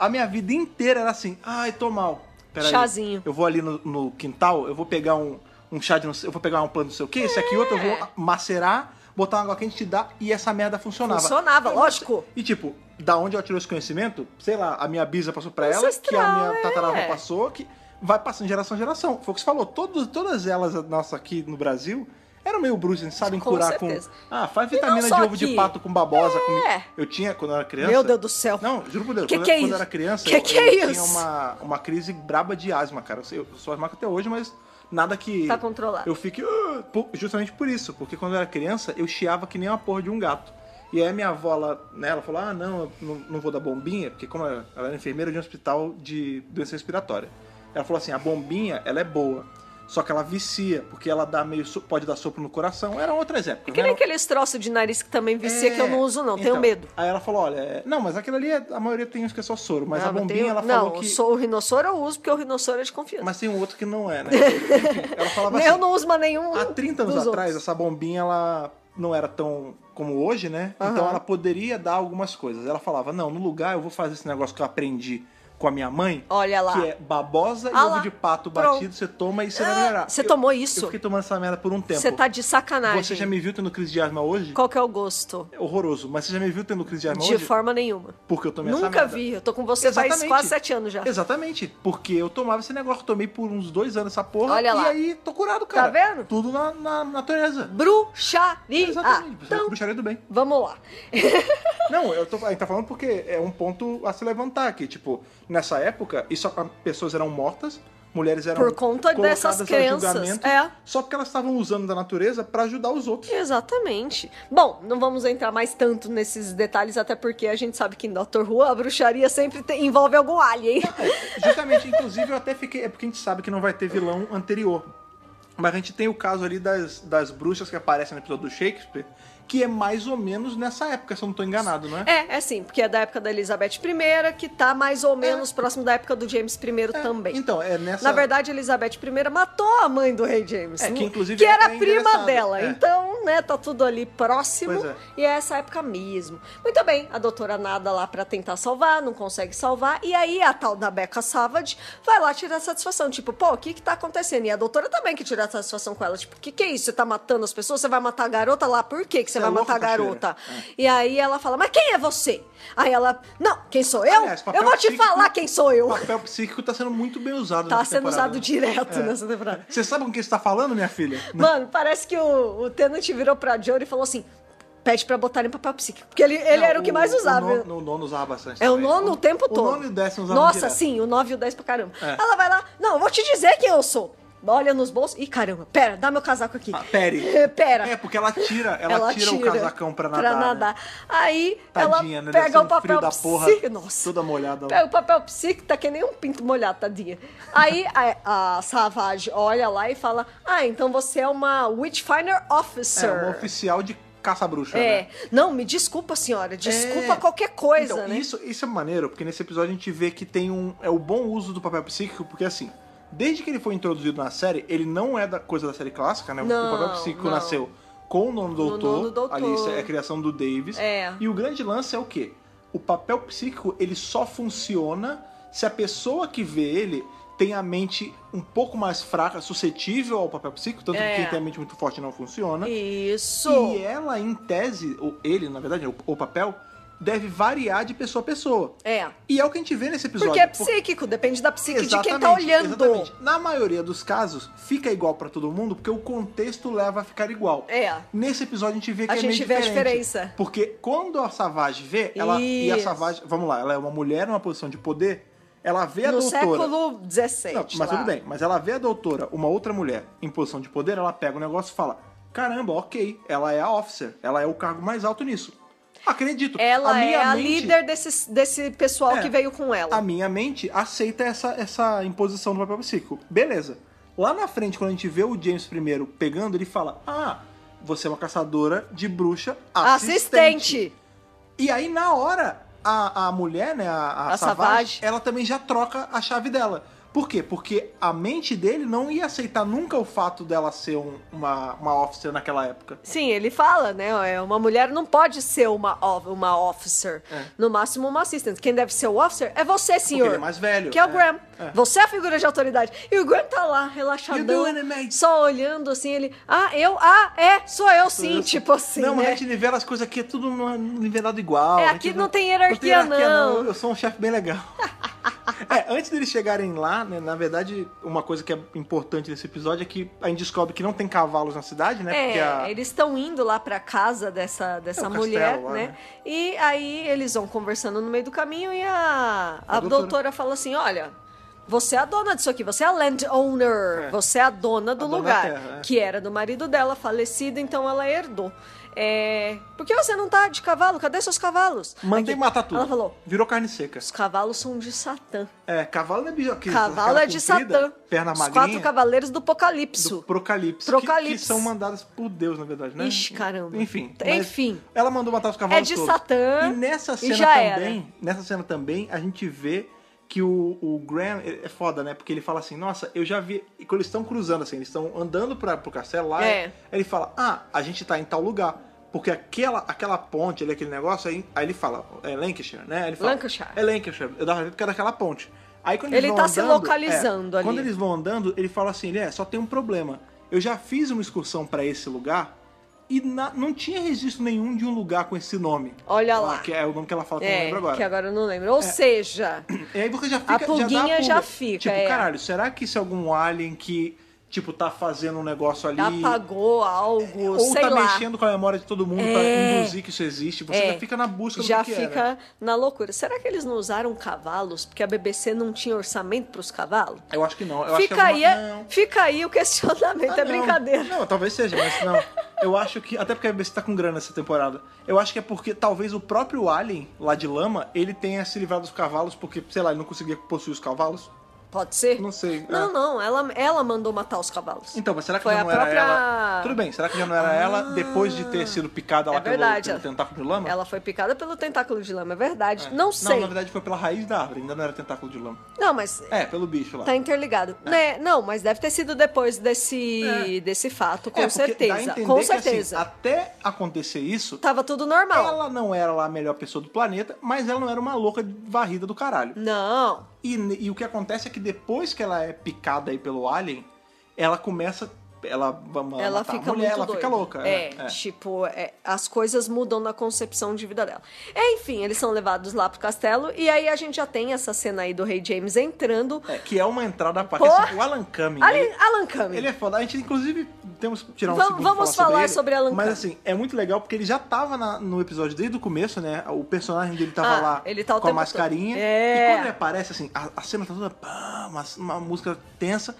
A minha vida inteira era assim, ai, tô mal. Peraí, Chazinho. Eu vou ali no, no quintal, eu vou pegar um, um chá de não sei, eu vou pegar um plano não sei o que, esse aqui outro, eu É. vou macerar, botar uma água quente, te dar, e essa merda funcionava. Funcionava, Eu- lógico. E tipo, da onde eu tirei esse conhecimento, sei lá, a minha bisa passou pra ela, que a Ancestral, minha tataravó é. passou, que vai passando de geração em geração. Foi o que você falou, todos, todas elas, nossa, aqui no Brasil, eram meio bruxas, sabem Com curar certeza. com... Ah, faz E não vitamina de só ovo de aqui. pato com babosa. com- É. Eu tinha, quando eu era criança... Meu Deus do céu. Não, juro por Deus. Que quando que é quando isso? eu era criança, Que eu, que eu é isso? tinha uma, uma crise braba de asma, cara. Eu sou asmático até hoje, mas nada que... Tá controlado. Eu fique... "Ah", por- justamente por isso. Porque quando eu era criança, eu chiava que nem uma porra de um gato. E aí a minha avó, ela, né, ela falou, ah, não, eu não, não vou dar bombinha, porque como ela, ela era enfermeira de um hospital de doença respiratória. Ela falou assim, a bombinha, ela é boa. Só que ela vicia, porque ela dá meio, so- pode dar sopro no coração. Eram outras épocas. É que né? nem aqueles troços de nariz que também vicia É, que eu não uso, não. Tenho então, medo. Aí ela falou, olha, é, não, mas aquilo ali, é- a maioria tem uns que é só soro, mas Ah, a bombinha, tenho- ela falou não, que... sou o rinossoro, eu uso, porque o rinossoro é de confiança. Mas tem um outro que não é, né? Enfim, ela falava eu assim, não uso mais nenhum. há 30 anos dos atrás, outros. essa bombinha, ela não era tão como hoje, né? Então Aham. ela poderia dar algumas coisas. Ela falava, não, no lugar eu vou fazer esse negócio que eu aprendi com a minha mãe, Olha lá. que é babosa Ah e lá. ovo de pato Pronto. batido, você toma e você vai Ah, melhorar. você Eu- tomou isso? Eu fiquei tomando essa merda por um tempo. Você tá de sacanagem. Você já me viu tendo crise de asma hoje? Qual que é o gosto? É Horroroso, mas você já me viu tendo crise de asma De hoje? forma nenhuma. Porque eu tomei essa Nunca merda. vi. Eu tô com você faz Exatamente. quase sete anos já. Exatamente, porque eu tomava esse negócio, tomei por uns dois anos essa porra, Olha e lá. aí tô curado, cara. Tá vendo? Tudo na, na natureza. Bruxaria. Exatamente, é então, bruxaria do bem. vamos lá. Não, eu tô, a gente tá falando porque é um ponto a se levantar, que tipo, nessa época, isso, a- pessoas eram mortas, mulheres eram Por conta colocadas dessas ao crenças, julgamento, é. Só porque elas estavam usando da natureza pra ajudar os outros. Exatamente. Bom, não vamos entrar mais tanto nesses detalhes, até porque a gente sabe que em Doctor Who a bruxaria sempre te- envolve algum alien. Justamente, inclusive, eu até fiquei. É porque a gente sabe que não vai ter vilão anterior. Mas a gente tem o caso ali das, das bruxas que aparecem no episódio do Shakespeare, que é mais ou menos nessa época, se eu não tô enganado, não é? É, é sim, porque é da época da Elizabeth I, que tá mais ou menos próximo da época do James I É, também. Então, é nessa. Na verdade, Elizabeth I matou a mãe do rei James, né? É, que inclusive que era é prima endereçado, dela. é. Então, né, tá tudo ali próximo Pois é. e é essa época mesmo. Muito bem, a doutora nada lá pra tentar salvar, não consegue salvar, e aí a tal da Becca Savage vai lá tirar satisfação, tipo, pô, o que que tá acontecendo? E a doutora também que tira satisfação com ela, tipo, o que que é isso? Você tá matando as pessoas? Você vai matar a garota lá? Por que que você Você é vai matar louca, a garota? cachoeira. E aí ela fala, mas quem é você? Aí ela, não, quem sou eu? Aliás, papel eu vou te psíquico- falar quem sou eu. O papel psíquico tá sendo muito bem usado Tá nessa sendo temporada, usado né? direto É. nessa temporada. Você sabe com quem você tá falando, minha filha? Mano, parece que o, o Tenant virou pra Jory e falou assim: pede pra botar em papel psíquico. Porque ele, ele Não, era o que mais usava. O nono, o nono usava bastante. É o também. nono o tempo o todo. nono e o décimo usavam Nossa, direto. sim, o 9 e o 10 pra caramba. É. Ela vai lá, não, eu vou te dizer quem eu sou. Olha nos bolsos. Ih, caramba, pera, dá meu casaco aqui. Ah, pere. É, pera. É, porque ela tira, ela, tira, o casacão pra nadar. né? Aí Tadinha, ela né? Deve ser pega um o papel frio da porra, psíquico. Nossa. toda molhada lá. Pega o papel psíquico, tá que nem um pinto molhado, tadinha. Aí a, a Savage olha lá e fala: Ah, então você é uma Witchfinder Officer. É, uma oficial de caça-bruxa, É. né? Não, me desculpa, senhora. Desculpa É. qualquer coisa, Então, né? Isso, isso é maneiro, porque nesse episódio a gente vê que tem um. É o bom uso do papel psíquico, porque assim, desde que ele foi introduzido na série, ele não é da coisa da série clássica, né? O- Não, o papel psíquico não. nasceu com o nono doutor. nono doutor. Ali isso é a criação do Davis. É. E o grande lance é o quê? O papel psíquico, ele só funciona se a pessoa que vê ele tem a mente um pouco mais fraca, suscetível ao papel psíquico, tanto É. que quem tem a mente muito forte não funciona. Isso. né? E ela, em tese, ou ele, na verdade, o, o papel, deve variar de pessoa a pessoa. É. E é o que a gente vê nesse episódio. Porque é psíquico, depende da psique de quem tá Exatamente, olhando. exatamente. Na maioria dos casos, fica igual pra todo mundo, porque o contexto leva a ficar igual. É. Nesse episódio a gente vê que A é gente meio vê a diferente, diferença. Porque quando a Savage vê, ela e a Isso. Savage, vamos lá, ela é uma mulher numa posição de poder, ela vê a No doutora. século XVII. Não, mas lá. tudo bem. Mas ela vê a doutora, uma outra mulher, em posição de poder, ela pega o negócio e fala: caramba, ok, ela é a officer, ela é o cargo mais alto nisso. Acredito. Ela é a mente- líder desse, desse pessoal É. que veio com ela. A minha mente aceita essa, essa imposição do papel psíquico. Beleza. Lá na frente, quando a gente vê o James primeiro pegando, ele fala: Ah, você é uma caçadora de bruxa assistente. Assistente. E aí, na hora, a, a mulher, né, a, a A Savage, Savage. ela também já troca a chave dela. Por quê? Porque a mente dele não ia aceitar nunca o fato dela ser um- uma, uma officer naquela época. Sim, ele fala, né? é, Uma mulher não pode ser uma, of- uma officer. É. No máximo, uma assistente. Quem deve ser o officer é você, senhor. ele é mais velho, Que é o é. Graham. É. Você é a figura de autoridade. E o Graham tá lá, You relaxadão. doing it, mate? Só olhando assim, ele. Ah, eu? Ah, é? Sou eu sim, Eu- tipo assim. Não, né? mas a gente nivela as coisas aqui, é tudo numa- nivelado igual. É, a gente aqui não tem hierarquia, não. Eu sou um chefe bem legal. é, antes deles chegarem lá, né, na verdade, uma coisa que é importante nesse episódio é que a gente descobre que não tem cavalos na cidade, né? porque É, a... eles estão indo lá pra casa dessa, dessa É, o mulher, castelo lá, né? né? E aí eles vão conversando no meio do caminho e a, A a doutora. doutora. fala assim: olha. Você é a dona disso aqui, você é a landowner, É. você é a dona do dona lugar, da terra, é. que era do marido dela, falecido, então ela herdou. É, Por que você não tá de cavalo? Cadê seus cavalos? Mandei Aqui. matar tudo. Ela falou: Virou carne seca. os cavalos são de Satã. É, cavalo não é bicho. aquele- Cavalo aquela é de comprida, Satã. Perna os magrinha. quatro cavaleiros do Apocalipse. do Procalipse. que- Procalipse. Que, são mandadas por Deus, na verdade, né? Ixi, caramba. Enfim. mas Enfim. Ela mandou matar os cavalos É de todos. Satã E nessa e cena já também, nessa cena também, a gente vê que o, o Graham é é foda, né? Porque ele fala assim, nossa, eu já vi. E quando eles estão cruzando, assim, eles estão andando pra, pro castelo lá, É. ele fala, ah, a gente tá em tal lugar. Porque aquela, aquela ponte ali, aquele negócio, aí, aí ele fala, é Lancashire, né? Aí Ele fala, Lancashire. É Lancashire. Eu dava pra ver porque era aquela ponte. Aí quando Ele eles vão tá se andando, é, localizando ali. Quando eles vão andando, ele fala assim, ele é, só tem um problema. Eu já fiz uma excursão pra esse lugar e na- não tinha registro nenhum de um lugar com esse nome. Olha lá. Ah, Que é o nome que ela fala que eu não É, lembro agora. É. que agora eu não lembro. Ou seja, E aí você já fica... A pulguinha já, dá a já pulga. fica, Tipo, é. caralho, será que isso é algum alien que, tipo, tá fazendo um negócio ali... apagou algo, Ou sei tá lá. mexendo com a memória de todo mundo pra É. induzir que isso existe. Você É. já fica na busca do Já que que é, fica né? na loucura. Será que eles não usaram cavalos porque a BBC não tinha orçamento pros cavalos? Eu acho que não. Eu Fica, acho que aí, é alguma- Não. Ah, fica aí o questionamento, é não. brincadeira. Não, talvez seja, mas não. Eu acho que. Até porque a BBC tá com grana essa temporada. Eu acho que é porque talvez o próprio Alien, lá de lama, ele tenha se livrado dos cavalos, porque, sei lá, ele não conseguia possuir os cavalos. Pode ser? Não sei, Não, é. não, ela, ela mandou matar os cavalos. Então, mas será que Foi já a não própria... Ah, era ela? Tudo bem, será que já não era ela depois de ter sido picada lá É verdade. pelo, pelo tentáculo de lama? Ela foi picada pelo tentáculo de lama, é verdade. É. Não sei. Não, na verdade foi pela raiz da árvore, ainda não era tentáculo de lama. Não, mas É, pelo bicho lá. Tá interligado. Né? Não, mas deve ter sido depois desse, É. desse fato, com É, porque dá a certeza. entender Com que, assim, certeza. Tá até acontecer isso, Tava tudo normal. ela não era lá a melhor pessoa do planeta, mas ela não era uma louca varrida do caralho. Não. E, e o que acontece é que depois que ela é picada aí pelo alien, ela começa. Ela, vamos Ela matar fica a mulher, muito ela doida. fica louca. É, é. tipo, é, as coisas mudam na concepção de vida dela. Enfim, eles são levados lá pro castelo e aí a gente já tem essa cena aí do Rei James entrando. É, que é uma entrada para Pô! o Alan Cumming. Ali, ele- Alan Cumming. Ele é foda. A gente, inclusive, temos que tirar um Vamos- segundo vamos pra falar, falar sobre, sobre ele, Alan Mas Cumming. assim, é muito legal porque ele já tava na- no episódio desde o começo, né? O personagem dele tava Ah, lá ele tá o com a tempo mascarinha. todo. E É. quando ele aparece, assim, a, a cena tá toda pá, uma, uma música tensa.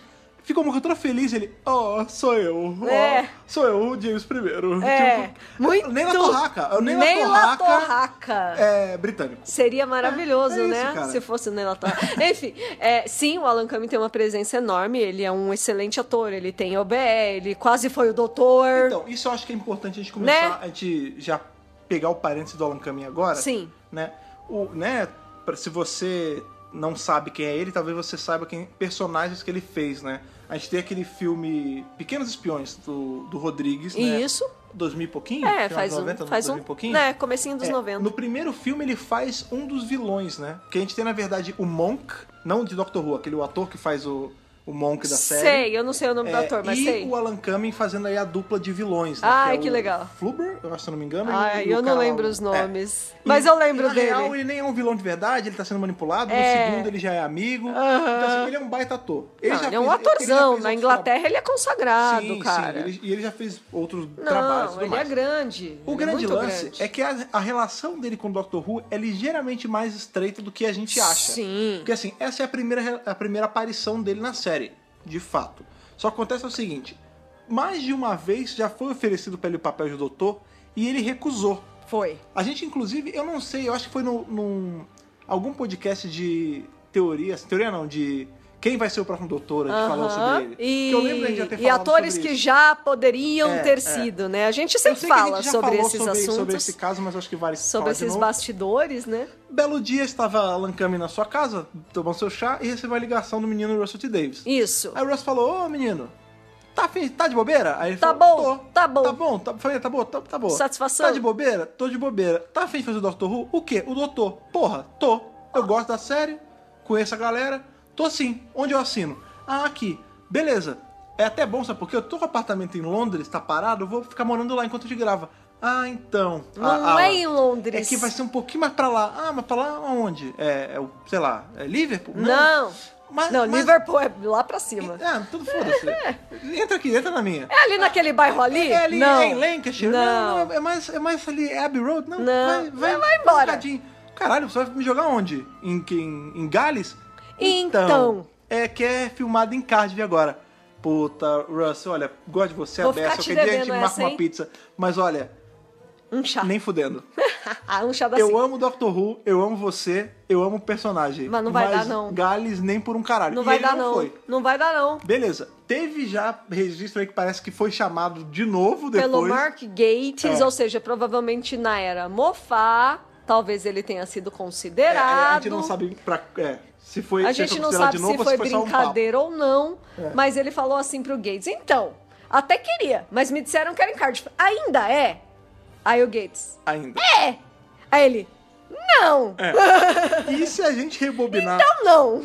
Ficou uma música toda feliz, ele, ó, sou eu, ó, É. sou eu, o James primeiro. Tipo, É, muito. Nem na torraca, eu nem na Nem La torraca, Torraca. É, britânico. Seria maravilhoso, É, é isso, né? cara. Se fosse o Neil Torre. Enfim, é, sim, o Alan Cumming tem uma presença enorme. Ele é um excelente ator. Ele tem OBE, ele quase foi o doutor. Então, isso eu acho que é importante a gente começar, Né? a gente já pegar o parênteses do Alan Cumming agora. Sim. Né? O, né? pra- Se você não sabe quem é ele, talvez você saiba quem personagens que ele fez, né? A gente tem aquele filme Pequenos Espiões do, do Rodrigues, né? e isso, 2000 e pouquinho? final é, faz dos um, 90, faz 2000 um, e pouquinho? né, comecinho dos É, 90. No primeiro filme ele faz um dos vilões, né? Que a gente tem, na verdade, o Monk, não de Doctor Who, aquele ator que faz o, o Monk da série. Sei, eu não sei o nome do É, ator, mas e sei. o Alan Cumming fazendo aí a dupla de vilões. Né? Ai, é que o legal. Flubber, eu acho, se eu não me engano. e o- Ai, e o eu não cara lá, lembro o- os é. nomes. E- Mas eu lembro na dele. real, ele nem é um vilão de verdade, ele tá sendo manipulado. É. No segundo, ele já é amigo. Aham. Então, assim, ele é um baita ator. Ele, Não, já ele é um fez- ele já fez atorzão. outros Na traba- Inglaterra ele é consagrado, sim, cara. Sim, ele, e ele já fez outros trabalhos. e não, tudo ele é mais. grande. O ele grande é muito lance grande. é que a, a relação dele com o Dr. Who é ligeiramente mais estreita do que a gente acha. Sim. Porque assim, essa é a primeira, re- a primeira aparição dele na série, de fato. Só acontece o seguinte: mais de uma vez já foi oferecido pra ele o papel de doutor e ele recusou. Foi. A gente, inclusive, eu não sei, eu acho que foi num, num- algum podcast de teorias, teoria não, de quem vai ser o próximo doutor, a gente falou Aham. sobre ele. E, que eu lembro a gente já ter e falado atores sobre que isso. já poderiam É, ter é. sido, né? A gente Eu sempre sei que a fala gente já sobre falou esses sobre, assuntos, Sobre sobre, esse caso, mas acho que vale falar de esses novo. bastidores, né? Belo dia, estava Alan Cumming na sua casa, tomando seu chá, e recebeu a ligação do menino Russell T. Davis. Isso. Aí o Russ falou, ô menino, tá, afim- tá de bobeira? Aí ele Tá falou, bom, tô. tá bom. Tá bom, tá, família, tá bom, tá, tá bom. Satisfação? Tá de bobeira? Tô de bobeira. Tá afim de fazer o Doctor Who? O quê? O doutor. Porra, tô. Eu gosto da série, conheço a galera, tô sim. Onde eu assino? Ah, aqui. Beleza. É até bom, sabe? Porque eu tô com apartamento em Londres, tá parado, eu vou ficar morando lá enquanto a gente grava. Ah, então. Não Ah, Alan, é em Londres. É que vai ser um pouquinho mais pra lá. Ah, mas pra lá aonde? É, é o- sei lá, é Liverpool? Não. Mas, Não, mas- Liverpool é lá pra cima. ah, tudo foda-se. Entra aqui, entra na minha. É ali naquele bairro ali? É ali não. é em Lancashire? Não. Não, não, é, mais, é mais ali, é Abbey Road? Não, Não. vai, vai, Vai embora. Cadinho. Caralho, você vai me jogar onde? Em, em, em Gales? Então. É que é filmado em Cardiff agora. Puta, Russ, olha, gosto de você, Vou a beça. ficar te Qualquer dia a gente devendo marca essa, uma hein? pizza. Mas olha, é. Um chá. nem fudendo. um chá da Eu cinco. amo Doctor Who, eu amo você, eu amo o personagem. Mas não vai dar, não. Gales nem por um caralho. Não E vai ele dar, não não. foi. Não vai dar, não. Beleza, teve já registro aí que parece que foi chamado de novo depois. Pelo Mark Gates, É. ou seja, provavelmente na era Mofá, talvez ele tenha sido É, é, considerado. a gente não sabe pra, é, se foi A se gente foi não considerado sabe de novo se ou foi só um papo. brincadeira ou não, É. mas ele falou assim pro Gates: então, até queria, mas me disseram que era em Cardiff. Ainda é? Aí o Gates: Ainda. é! Aí ele: não! É. E se a gente rebobinar, Então não!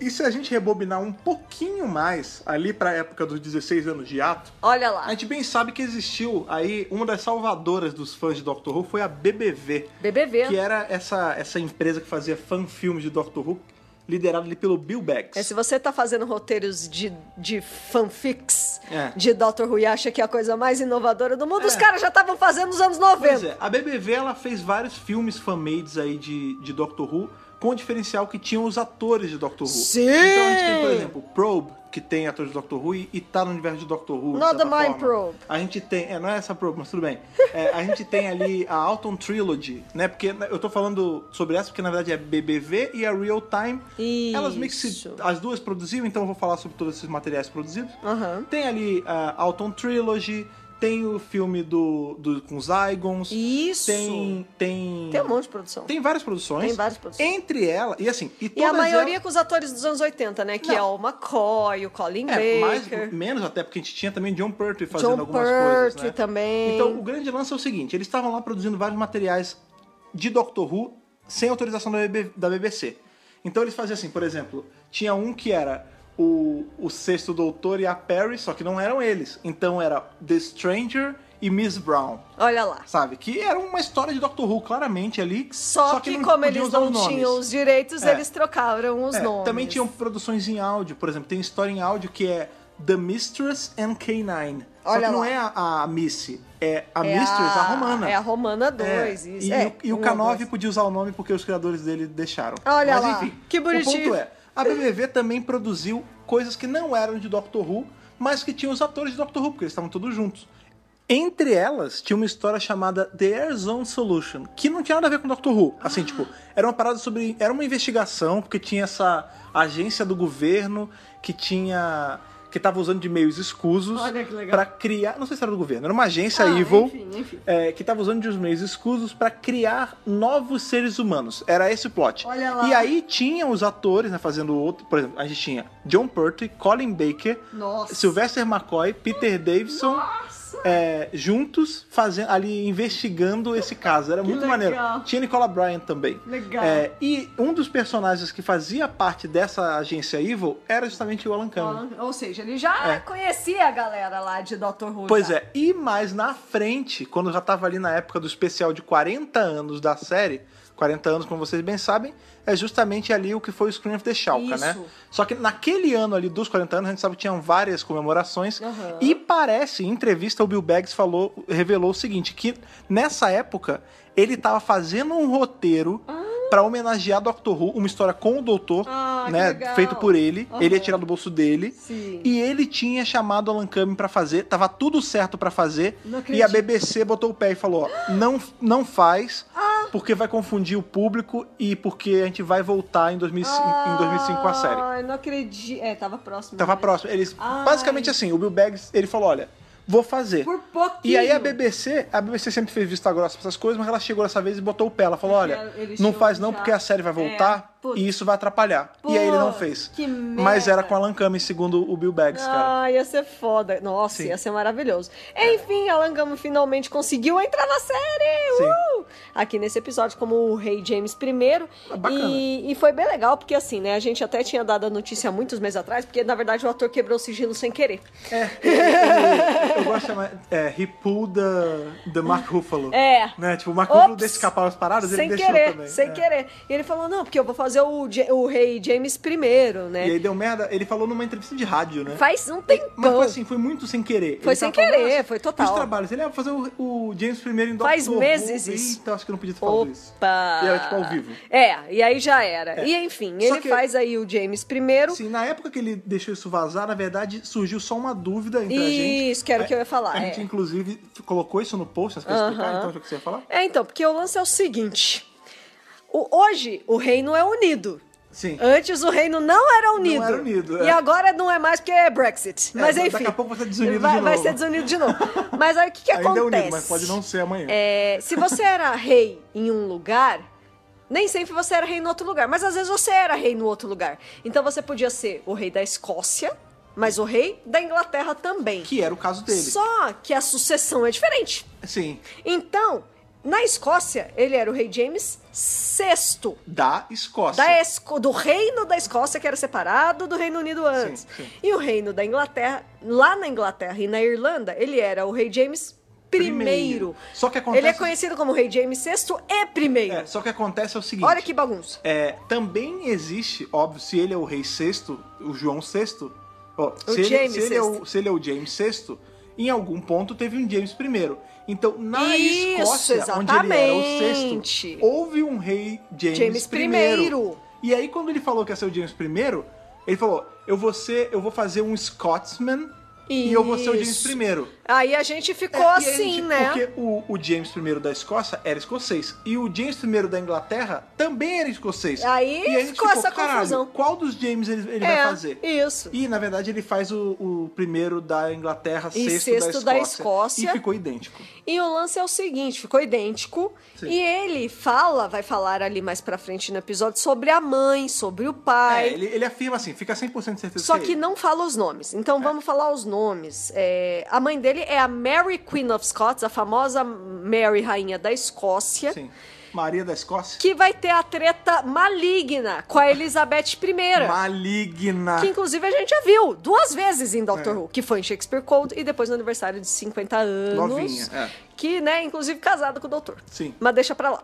e se a gente rebobinar um pouquinho mais ali pra época dos 16 anos de ato, Olha a lá, gente bem sabe que existiu aí uma das salvadoras dos fãs de Doctor Who foi a BBV. BBV. que era essa, essa empresa que fazia fan-filmes de Doctor Who, liderada ali pelo Bill Becks. É, se você tá fazendo roteiros de, de fanfics É. de Dr. Who e acha que é a coisa mais inovadora do mundo, É. os caras já estavam fazendo nos anos 90. Pois é, a BBV ela fez vários filmes fan-mades aí de, de Doctor Who, com o diferencial que tinham os atores de Doctor Who. Sim! Então a gente tem, por exemplo, Probe, que tem atores de Doctor Who e, e tá no universo de Doctor Who. de Not certa the Mind forma. Probe. A gente tem. É, não é essa Probe, mas tudo bem. É, a gente tem ali a Alton Trilogy, né? Porque na- eu tô falando sobre essa, porque na verdade é BBV e a Real Time. Elas meio que se. Isso. As duas produziam, então eu vou falar sobre todos esses materiais produzidos. Aham. Tem ali a Alton Trilogy, tem o filme do, do com os Zygons. Isso. Tem, tem. Tem um monte de produção. Tem várias produções. Tem várias produções. Entre elas, e assim, e, E a todas maioria elas- com os atores dos anos 80, né? Que Não. é o McCoy, o Colin É, mais, Baker, menos até, porque a gente tinha também John Pertwee fazendo John algumas coisas. Pertwee Né? também. Então, o grande lance é o seguinte: eles estavam lá produzindo vários materiais de Doctor Who sem autorização da, BB da BBC. Então, eles faziam assim, por exemplo, tinha um que era o, o Sexto Doutor e a Perry, só que não eram eles. Então, era The Stranger e Miss Brown, Olha lá. sabe? Que era uma história de Doctor Who, claramente ali. Só, que, como podiam eles usar não os nomes. tinham os direitos, É. eles trocaram os É, nomes. Também tinham produções em áudio, por exemplo, tem história em áudio que é The Mistress and K9. Só Olha que não lá. é a, a Missy, é a É Mistress, a, romana. É a Romana 2, É, isso. E, É, o- e o um, K9 dois. podia usar o nome porque os criadores dele deixaram. Olha Mas lá, enfim, que bonitinho. O ponto é, a BBV também produziu coisas que não eram de Doctor Who, mas que tinham os atores de Doctor Who, porque eles estavam todos juntos. Entre elas, tinha uma história chamada The Air Zone Solution, que não tinha nada a ver com Doctor Who. Assim, tipo, era uma parada sobre. Era uma investigação, porque tinha essa agência do governo que tinha. que tava usando de meios escusos Olha que legal. para criar. Não sei se era do governo, era uma agência Ah, evil enfim, enfim. é, que estava usando de uns meios escusos para criar novos seres humanos. Era esse o plot. Olha lá. E aí tinham os atores né, fazendo outro. Por exemplo, a gente tinha John Pertwee, Colin Baker, Nossa. Sylvester McCoy, Peter Davidson Nossa. é, juntos fazendo ali investigando esse caso. Era muito legal. maneiro. Tinha Nicola Bryan também. Legal. É, e um dos personagens que fazia parte dessa agência Evil era justamente o Alan Cumming. Ou seja, ele já Então, É. conhecia a galera lá de Dr. Who. Pois já. é, e mais na frente, quando já tava ali na época do especial de 40 anos da série, 40 anos, como vocês bem sabem, é justamente ali o que foi o Screen of the Chalka, Isso. né? Só que naquele ano ali dos 40 anos, a gente sabe que tinham várias comemorações. Aham. E parece, em entrevista, o Bill Bags falou, revelou o seguinte: que nessa época ele tava fazendo um roteiro pra para homenagear Doctor Who, uma história com o Doutor, Ah, que né, legal. feito por ele. Aham. Ele ia tirar do bolso dele. Sim. E ele tinha chamado Alan Cumming pra fazer, tava tudo certo pra fazer. Não acredito. E a BBC botou o pé e falou: ó, não, não faz, Ah. porque vai confundir o público e porque a gente vai voltar em 2005, Ah. em 2005 com a série. Ai, não acredito. É, tava próximo. Tava né? próximo. Eles, Ai. basicamente assim, o Bill Bags, ele falou, olha, vou fazer. Por pouquinho. E aí a BBC, a BBC sempre fez vista grossa pra essas coisas, mas ela chegou dessa vez e botou o pé. Ela falou, Porque olha, eles não tinham faz não já- porque a série vai voltar É, putz. e isso vai atrapalhar. e aí ele não fez. Putz, que Mas era merda. com Alan Cumming, segundo o Bill Bags, cara. Ah, ia ser foda. Nossa, Sim. É. ia ser maravilhoso. Enfim, Alan Gama finalmente conseguiu entrar na série! Sim. Uh! Aqui nesse episódio, como o Rei James I. Ah, bacana. E, e foi bem legal, porque assim, né? A gente até tinha dado a notícia há muitos meses atrás, porque na verdade o ator quebrou o sigilo sem querer. É, eu, eu gosto de chamar, é, he pulled the, the Mark Ruffalo. É. Né? Tipo, o Mark Ops! Ruffalo deixa escapar as paradas, sem ele deixou querer, também. Sem é. querer. E ele falou, não, porque eu vou fazer o, Ja- o Rei James I, E né? aí deu merda, ele falou numa entrevista de rádio, né? Faz um tempão. Mas foi assim, foi muito sem querer. Foi Ele tava sem querer, "Ah, foi total." Os trabalhos. Ele ia fazer o, o James primeiro em Doctor Faz Who. meses Eita, isso. acho que eu não podia ter falado isso. Opa! E era tipo ao vivo. É, e aí já era. É. E enfim, Só ele que- faz aí o James primeiro. Sim, na época que ele deixou isso vazar, na verdade, surgiu só uma dúvida entre a gente. Isso, que era o A- que eu ia falar. A é. gente, inclusive, colocou isso no post, nas coisas Aham. explicar, então acho que você ia falar. É, então, porque o lance é o seguinte. O- hoje, o reino é unido. Sim. Antes o reino não era unido. era unido, é. E agora não é mais porque é Brexit. É, mas daqui enfim. a pouco vai ser desunido vai, de vai novo. ser desunido de novo. Mas aí o que, que Ainda é acontece? unido, mas pode não ser amanhã. É, se você era rei em um lugar, nem sempre você era rei no outro lugar, mas às vezes você era rei no outro lugar. Então você podia ser o rei da Escócia, mas o rei da Inglaterra também. Que era o caso dele. Só que a sucessão é diferente. Sim. Então, na Escócia, ele era o rei James VI. Da Escócia. Da Esco- do reino da Escócia, que era separado do Reino Unido antes. sim. E o reino da Inglaterra, lá na Inglaterra e na Irlanda, ele era o rei James primeiro. Primeiro. Só que acontece- Ele é conhecido como rei James VI e primeiro. É, só que acontece é o seguinte. Olha que bagunça. É, também existe, óbvio, se ele é o rei sexto, o João sexto, ó, O se, ele, James se, ele é o, sexto. se ele é o James sexto, em algum ponto teve um James primeiro. Então, na Isso, Escócia, onde ele era o exatamente. sexto, houve um rei James, James primeiro. primeiro. E aí, quando ele falou que ia ser o James primeiro, ele falou, eu vou, ser, eu vou fazer um Scotsman e eu vou ser o James Isso. primeiro. Aí a gente ficou É, e aí, assim, tipo, né? Porque o, o James I da Escócia era escocês. E o James I da Inglaterra também era escocês. Aí e a gente ficou essa "Caralho, confusão." Qual dos James ele, ele é, vai fazer? Isso. E, na verdade, ele faz o, o primeiro da Inglaterra, E sexto, sexto da, Escócia, da Escócia. E ficou idêntico. E o lance é o seguinte, ficou idêntico. Sim. E ele fala, vai falar ali mais pra frente no episódio, sobre a mãe, sobre o pai. É, ele, ele afirma assim, fica 100% de certeza Só é que ele. não fala os nomes. É. Então vamos falar os nomes. É, a mãe dele é a Mary Queen of Scots, a famosa Mary Rainha da Escócia, Sim. Maria da Escócia. que vai ter a treta maligna com a Elizabeth I. Maligna. Que inclusive a gente já viu duas vezes em Doctor É. Who, que foi em Shakespeare Cold e depois no aniversário de 50 anos. Novinha, é. Que, né, inclusive casada com o doutor. Sim. Mas deixa pra lá.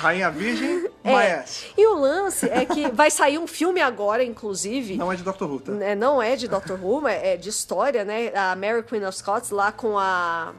Rainha Virgem, É. mas E o lance é que vai sair um filme agora, inclusive. não é de Dr. Who, tá? né, não é de Doctor Who, mas é de história, né? A Mary Queen of Scots lá com a.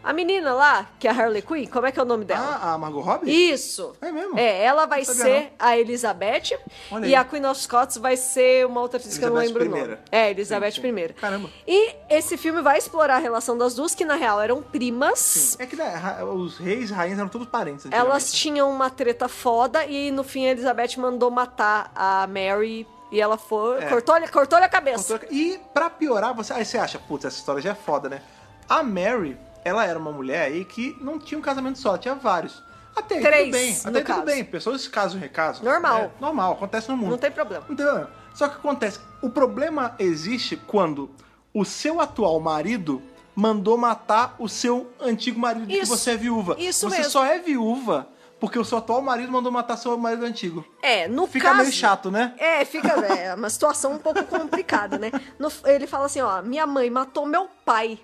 A menina lá, que é a Harley Quinn, como é que é o nome dela? Ah, a Margot Robbie? Isso! É mesmo? É, ela vai Não sabia ser a Elizabeth Olha e aí. a Queen of Scots vai ser uma outra atriz que eu não Elizabeth lembro o nome. primeira. É, Elizabeth Sim, sim. I. Caramba. E esse filme vai explorar a relação das duas, que na real eram primas. É que né, ra- os reis e rainhas eram todos parentes. Elas antigamente. tinham uma treta foda e no fim a Elizabeth mandou matar a Mary e ela foi. É. Cortou-lhe cortou a cabeça. E pra piorar, você, aí você acha, putz, essa história já é foda, né? A Mary, ela era uma mulher aí que não tinha um casamento só, ela tinha vários. Até aí Três, tudo bem, até no aí tudo caso. bem. Pessoas casam e recasam. Normal. né? Normal, acontece no mundo. Não tem problema. Não tem problema. Só que acontece, o problema existe quando o seu atual marido mandou matar o seu antigo marido de que Isso. você é viúva. Isso você mesmo. só é viúva porque o seu atual marido mandou matar seu marido antigo. É, no Fica caso... meio chato, né? É, fica é, uma situação um pouco complicada, né? No- ele fala assim, ó, minha mãe matou meu pai.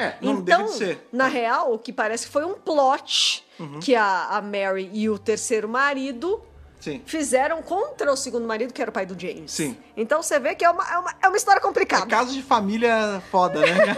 É, não então, deixa de ser. Uhum. na real, o que parece que foi um plot que a, a Mary e o terceiro marido Sim. fizeram contra o segundo marido, que era o pai do James. Sim. Então você vê que é uma, é uma, é uma história É complicada. caso de família foda, né?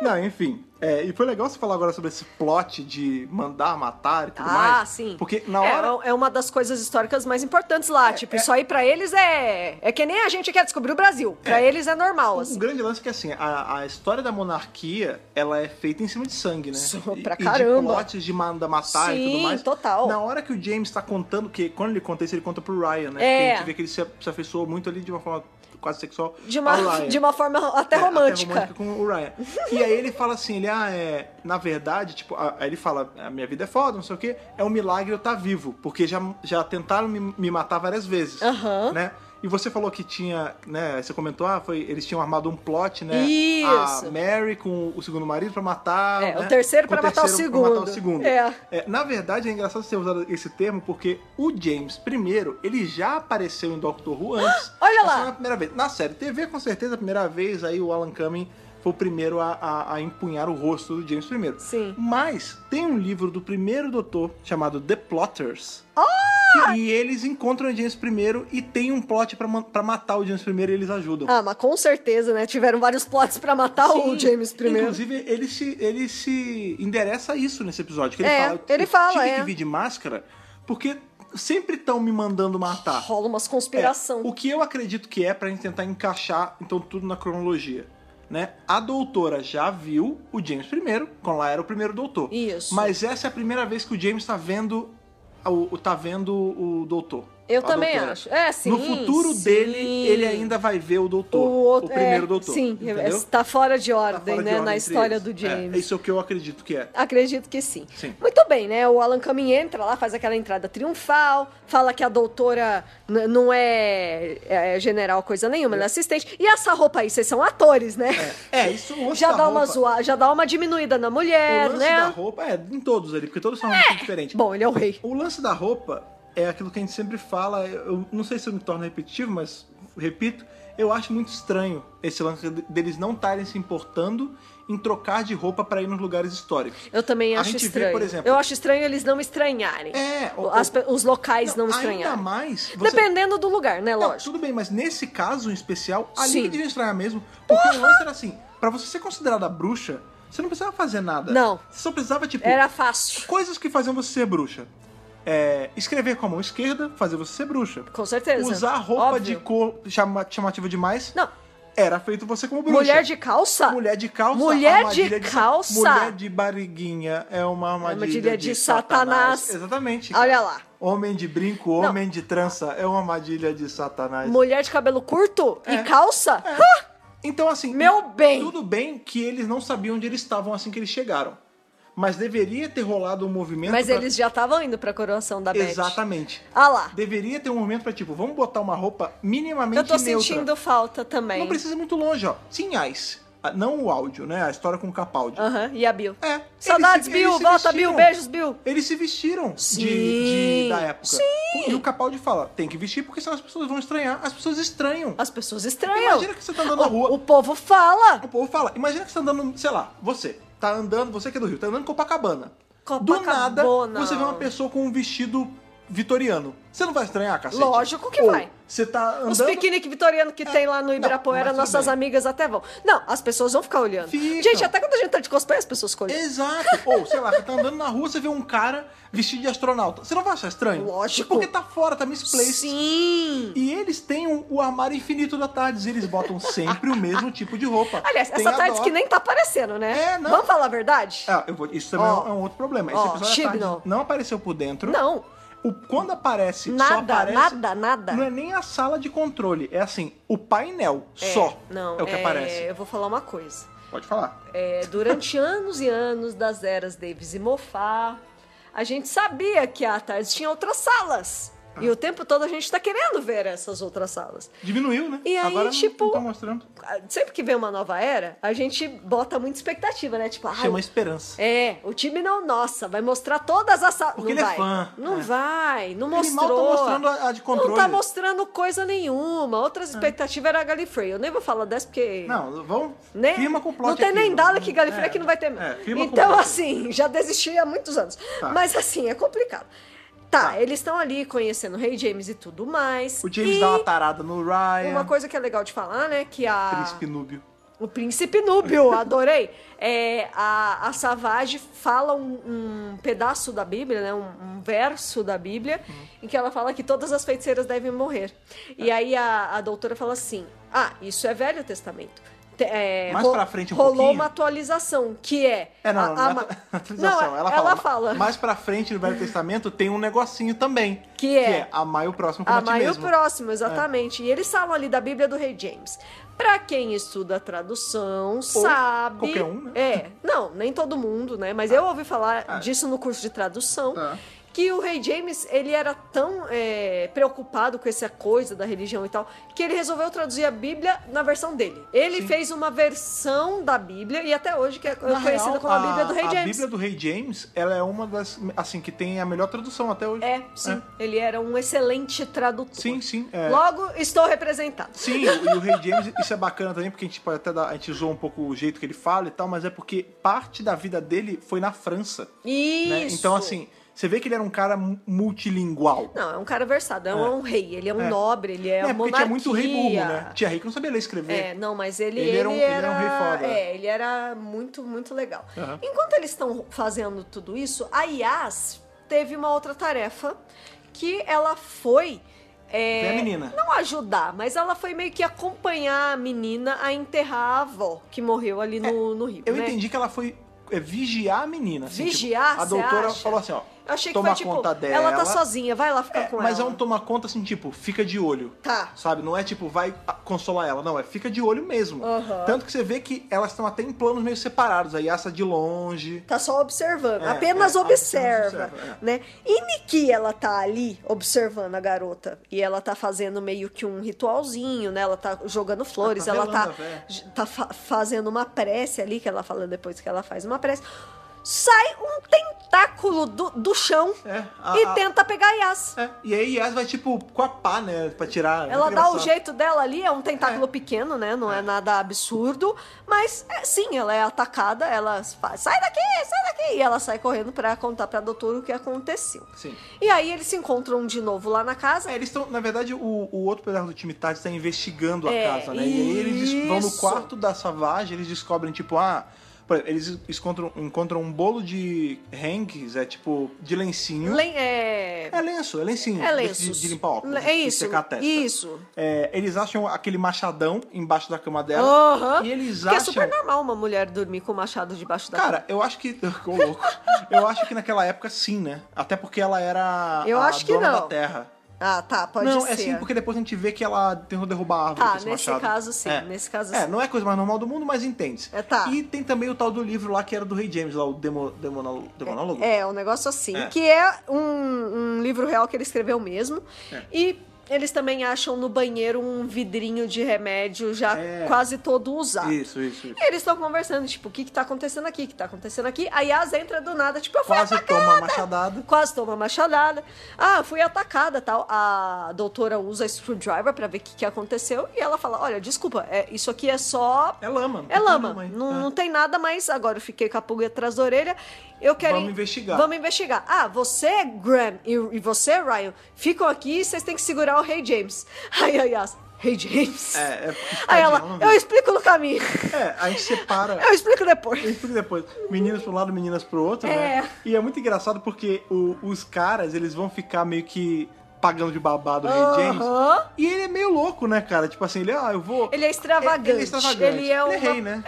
Não, enfim. É, e foi legal você falar agora sobre esse plot de mandar matar e tudo Ah, mais. sim. Porque na hora. É, É, é uma das coisas históricas mais importantes lá. tipo, isso aí pra eles é. É que nem a gente quer descobrir o Brasil. Pra eles é normal, O assim. grande lance é que assim, a, a história da monarquia, ela é feita em cima de sangue, né? Só E- pra e caramba. de plotes de manda matar e tudo Sim, mais. total. Na hora que o James tá contando, que quando ele conta isso, ele conta pro Ryan, né? É. Porque a gente vê que ele se, se afeiçoou muito ali de uma forma quase sexual. De ao uma, Ryan. de uma forma até É, romântica. romântica com o Ryan. E aí ele fala assim, ele, ah, é, na verdade, tipo, a- aí ele fala, a minha vida é foda, não sei o quê, é um milagre eu estar vivo, porque já, já tentaram me, me matar várias vezes, Aham. né? E você falou que tinha, né, você comentou, ah, foi, eles tinham armado um plot, né? Isso. A Mary com o segundo marido pra matar, É, o né? terceiro Com pra matar o terceiro pra matar o segundo. segundo. É. É, na verdade, é engraçado você ter usado esse termo, porque o James, primeiro, ele já apareceu em Doctor Who antes. Olha mas lá! não é a primeira vez. Na série TV, com certeza, a primeira vez, aí o Alan Cumming foi o primeiro a, a- a empunhar o rosto do James primeiro. Sim. Mas tem um livro do primeiro doutor chamado The Plotters. Ah! que- e eles encontram o James primeiro e tem um plot pra ma- pra matar o James primeiro e eles ajudam. Ah, mas com certeza, né? Tiveram vários plots pra matar o Sim. James primeiro. Inclusive, ele se, ele se endereça a isso nesse episódio. Que ele É, fala, ele eu fala, tive é. que vir de máscara porque sempre estão me mandando matar. Rola umas É, conspiração. o que eu acredito que é pra gente tentar encaixar então tudo na cronologia, né? A doutora já viu o James primeiro, quando lá era o primeiro doutor. Isso. Mas essa é a primeira vez que o James tá vendo o, o- tá vendo o doutor. Eu a também doutora. acho. É, sim. no futuro sim. dele, ele ainda vai ver o doutor, o, outro- primeiro é, doutor. Sim, entendeu? tá fora de Tá ordem, fora de né? ordem na entre história eles. do É, James. isso é o que eu acredito que é. Acredito que sim. Sim. Muito bem, né? O Alan Cumming entra lá, faz aquela entrada triunfal, fala que a doutora n- não é, é general coisa nenhuma, ela é assistente. E essa roupa aí, vocês são atores, né? É, isso o lance Já da dá, uma roupa- zoa, já dá uma diminuída na O mulher, lance né? da roupa, é, em todos ali, porque todos são é. diferentes. Bom, ele é o rei. O lance da roupa é aquilo que a gente sempre fala. Eu eu não sei se eu me torno repetitivo, mas repito, eu acho muito estranho esse lance de- deles não estarem se importando em trocar de roupa pra ir nos lugares históricos. Eu também A acho gente vê, estranho. por exemplo- Eu acho estranho eles não estranharem. É, o- As o- pe- os locais não, Ainda estranharem. mais. você- Dependendo do lugar, né? Não, Lógico. tudo bem, mas nesse caso em especial, ali Sim. que devia estranhar mesmo. Porque o lance era assim: pra você ser considerada bruxa, você não precisava fazer nada. Não. Você só precisava, tipo, Era fácil. coisas que faziam você ser bruxa. É, escrever com a mão esquerda fazia você ser bruxa. Com certeza. Usar roupa Óbvio. de cor chama- chamativa demais Não. era feito você como bruxa. Mulher de calça? Mulher de calça. Mulher armadilha de calça. Mulher de barriguinha é uma armadilha, Armadilha de Satanás. Exatamente. cara. Olha lá. Homem de brinco, homem de trança é uma armadilha de Satanás. Mulher de cabelo curto É. e calça? É. Então, assim. Meu bem. Tudo bem que eles não sabiam onde eles estavam assim que eles chegaram. Mas deveria ter rolado um movimento. Mas pra- eles já estavam indo pra coroação da Beth. Exatamente. Ah lá. Deveria ter um movimento pra, tipo, vamos botar uma roupa minimamente Eu tô neutra. sentindo falta também. Não precisa ir muito longe, ó. Sinhais. Ah, Não o áudio, né? A história com o Capaldi. Aham, e a Bill. É. Ah, eles Saudades, se- Bill. eles se Volta, vestiram. Bill. Beijos, Bill. Eles se vestiram Sim. De, de- da época. Sim. E o Capaldi fala, tem que vestir porque senão as pessoas vão estranhar. As pessoas estranham. As pessoas estranham. Imagina que você tá andando na rua, O povo fala. o povo fala. Imagina que você tá andando, sei lá, você. Tá andando, você que é do Rio, tá andando em Copacabana. Do nada, Copacabana. você vê uma pessoa com um vestido vitoriano. Você não vai estranhar, cacete? Lógico que Ou vai. Você tá andando... É. Os piquenique vitoriano que tem lá no Não, Ibirapuera, mas tudo nossas bem. amigas até vão. Não, as pessoas vão ficar olhando. Ficam. Gente, até quando a gente tá de cosplay, as pessoas ficam olhando. Exato. Ou, sei lá, você tá andando na rua, você vê um cara vestido de astronauta. Você não vai achar estranho? Lógico. Porque tá fora, tá misplaced. Sim. E eles têm um- o armário infinito da Tardes. Eles botam sempre o mesmo tipo de roupa. Aliás, Tem essa a tarde Dó. que nem tá aparecendo, né? É, não. Vamos falar a verdade? Ah, eu vou- isso também Ó. é um- é um outro problema. Esse Ó, episódio da Chibnall. Tardes não apareceu por dentro. Não. O- quando aparece, só Nada, aparece... nada, nada. Não é nem a sala de controle. É assim, o painel só Não, é o que aparece. Eu vou falar uma coisa. Pode falar. É, durante anos e anos das eras Davis e Moffat, a gente sabia que à tarde tinha outras salas. E Ah. o tempo todo a gente tá querendo ver essas outras salas. Diminuiu, né? E aí, Agora não- tipo, não tá mostrando. Sempre que vem uma nova era, a gente bota muita expectativa, né? Tipo, ah, Chama esperança. é, o time não, nossa, vai mostrar todas as salas. Porque ele não é vai. fã, Não né? vai, não Ele mostrou. mal tá mostrando a- a de Não controle. É. tá mostrando coisa nenhuma. Outras expectativas era a Gallifrey. Eu nem vou falar dessa porque... Não, vamos. Nem- firma com o plot Né? Não tem aqui, nem não- Dalek e Galifrey é, que não vai ter mais. É, firma com o então, plot. assim, já desisti há muitos anos. Tá. Mas, assim, é complicado. Tá, Tá. eles estão ali conhecendo o Rei James e tudo mais. O James e dá uma tarada no Ryan. uma coisa que é legal de falar, né? Que a. Príncipe Núbio. O príncipe núbio, adorei. É, a, a Savage fala um, um pedaço da Bíblia, né? um, um verso da Bíblia, em que ela fala que todas as feiticeiras devem morrer. E aí a, a doutora fala assim: Ah, isso é Velho Testamento. Te- é, Mais ro- pra frente um rolou pouquinho? uma atualização, que é. É, não, a- não, a não, ma- é a atualização. Não, ela, ela fala, fala. Mais pra frente no Velho Testamento tem um negocinho também. Que é? Que é amar o próximo como A a ti maior mesmo. É. próximo, exatamente. E eles falam ali da Bíblia do Rei James. Pra quem estuda a tradução, sabe. qualquer um, né? É, não, nem todo mundo, né? Mas eu ouvi falar Ah. disso no curso de tradução. Tá. Que o rei James, ele era tão é, preocupado com essa coisa da religião e tal, que ele resolveu traduzir a Bíblia na versão dele. Ele fez uma versão da Bíblia, e até hoje que é Na conhecida real, como a Bíblia do Rei A James. Bíblia do Rei James, ela é uma das, assim, que tem a melhor tradução até hoje. É, sim. Ele era um excelente tradutor. Sim, sim. é. Logo, estou representado. Sim, e o Rei James, isso é bacana também, porque a gente pode até dar, a gente usou um pouco o jeito que ele fala e tal, mas é porque parte da vida dele foi na França. Isso. né? Então, assim, você vê que ele era um cara mu- multilingual. Não, é um cara versado, é, um- É. é um rei, ele é um É. nobre, ele é né? um Porque monarquia. tinha muito rei burro, né? Tinha rei que não sabia ler e escrever. É, não, mas ele, Ele era um- ele era um rei foda. É, ele era muito, muito legal. Aham. Enquanto eles estão fazendo tudo isso, a Yas teve uma outra tarefa que ela foi. É, Ver a menina. Não ajudar, mas ela foi meio que acompanhar a menina a enterrar a avó que morreu ali no, no rio. É, Eu né? entendi que ela foi é, vigiar a menina. assim, tipo, Vigiar, a cê doutora acha? falou assim, ó. Eu achei que toma foi tipo, conta ela dela. tá sozinha, vai lá ficar É, com mas é ela. um tomar conta assim, tipo, fica de olho. Tá. Sabe? Não é tipo, vai ah, consolar ela. Não, é fica de olho mesmo. Aham. Tanto que você vê que elas estão até em planos meio separados. A Yasa de longe. Tá só observando, É, apenas é, observa, apenas observa, é. né? E Niki, ela tá ali observando a garota e ela tá fazendo meio que um ritualzinho, né? Ela tá jogando flores, tá ela tá, velando a véia. tá fa- fazendo uma prece ali, que ela fala depois que ela faz uma prece. Sai um tentáculo do, do chão É, a- e a- tenta pegar a Yas. É, E aí Yas vai, tipo, com a pá, né? Pra tirar. Ela Muito dá o engraçado. jeito dela ali, é um tentáculo É. pequeno, né? Não é, nada absurdo. Mas é, sim, ela é atacada, ela faz, sai daqui, sai daqui! E ela sai correndo pra contar pra doutora o que aconteceu. Sim. E aí eles se encontram de novo lá na casa. É, eles estão, na verdade, o, o outro pedaço do time Tati tá investigando É, a casa, né? E aí eles des- vão no isso. quarto da Savage, eles descobrem, tipo, ah. por exemplo, Eles encontram, encontram um bolo de hangs, é tipo, de lencinho. Len- é... É lenço, é lencinho. É desse lenços. De, de limpar óculos. É de isso, secar a testa. isso. É, eles acham aquele machadão embaixo da cama dela. Aham. E eles Porque é acham. super tá? normal uma mulher dormir com o machado debaixo da Cara, eu acho que. Ô, louco. Eu acho que naquela época sim, né? Até porque ela era Eu a acho que dona não. da terra. Ah, tá, pode não, ser. é sim, porque depois a gente vê que ela tentou derrubar a árvore Tá, com esse nesse machado. caso sim, É. nesse caso É, sim. não é a coisa mais normal do mundo, mas entende. É, tá. E tem também o tal do livro lá que era do Rei James, lá, o Demo, Demonólogo. Demonólogo? É, um negócio assim, É. que é um, um livro real que ele escreveu mesmo. É. E eles também acham no banheiro um vidrinho de remédio já É. quase todo usado. Isso, isso, isso. E eles estão conversando, tipo, o que que tá acontecendo aqui, o que tá acontecendo aqui. A Yas entra do nada, tipo, eu fui Quase atacada. toma a machadada. Quase toma machadada. Ah, fui atacada tal. A doutora usa a screwdriver pra ver o que, que aconteceu. E ela fala, olha, desculpa, é, isso aqui é só... É lama. não É tem lama, problema aí. não, É. não tem nada, mas agora eu fiquei com a pulga atrás da orelha. Eu quero. Vamos investigar. Vamos investigar. Ah, você, Graham, e, e você, Ryan, ficam aqui e vocês têm que segurar o Rei James. Ai, ai, ai. Rei James? É, é porque Aí ela, tadinho, não eu vi. explico no caminho. É, a gente separa. Eu explico depois. Tem tudo depois. Meninas pra um lado, meninas pro outro, É. né? E é muito engraçado porque o- os caras, eles vão ficar meio que pagando de babado o Rei James. Aham. E ele é meio louco, né, cara? Tipo assim, ele, ah, eu vou... Ele é extravagante. Ele é extravagante. Ele é Ele é uma- rei, né?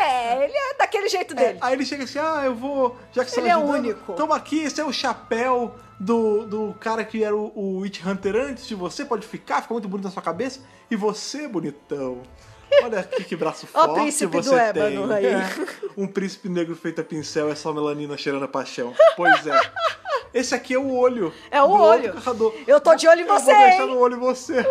É, ele é daquele jeito dele. Aí ele chega assim, ah, eu vou... Já que você Ele tá é ajudando, único. Toma aqui, esse é o chapéu do, do cara que era o, o Witch Hunter antes de você. Pode ficar, fica muito bonito na sua cabeça. E você, bonitão... Olha aqui que braço Ó o forte príncipe do você ébano tem. aí. Um príncipe negro feito a pincel é só melanina cheirando a paixão. Pois é. Esse aqui é o olho. É o do outro olho. Caçador. Eu tô de olho em você, Eu vou deixar hein? Uh! no olho em você.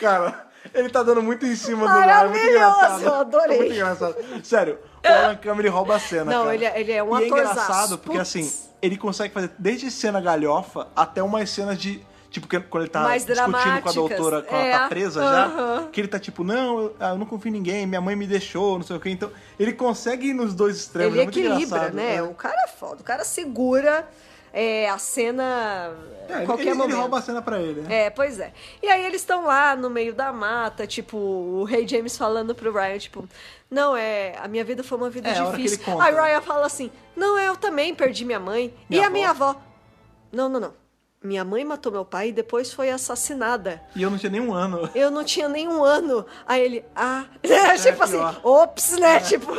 Cara, ele tá dando muito em cima do Lion. é Muito Maravilhoso, engraçado. eu adorei. É muito engraçado. Sério, o Alan Câmara ele rouba a cena. Não, cara. ele é- ele é um E é atorzaço. engraçado porque Putz. assim, ele consegue fazer desde cena galhofa até umas cenas de. Tipo, que- quando ele tá Mais discutindo com a dramáticas, doutora, quando é. ela tá presa já, Aham. que ele tá tipo, não, eu, ah, eu não confio em ninguém, minha mãe me deixou, não sei o quê. Então, ele consegue ir nos dois extremos. Ele é muito equilibra, engraçado, né? É. O cara é foda, o cara segura é, a cena É, a qualquer ele, momento. ele rouba a cena pra ele, né? É, pois é. E aí eles estão lá no meio da mata, tipo, o Rei James falando pro Ryan, tipo, não, é, a minha vida foi uma vida É, a hora que difícil. ele conta. Aí Ryan fala assim, não, eu também perdi minha mãe Minha e a avó. minha avó. Não, não, não. Minha mãe matou meu pai e depois foi assassinada. E eu não tinha nenhum ano. Eu não tinha nem um ano. Aí ele, ah, tipo assim, É pior. É. ops, né? Tipo,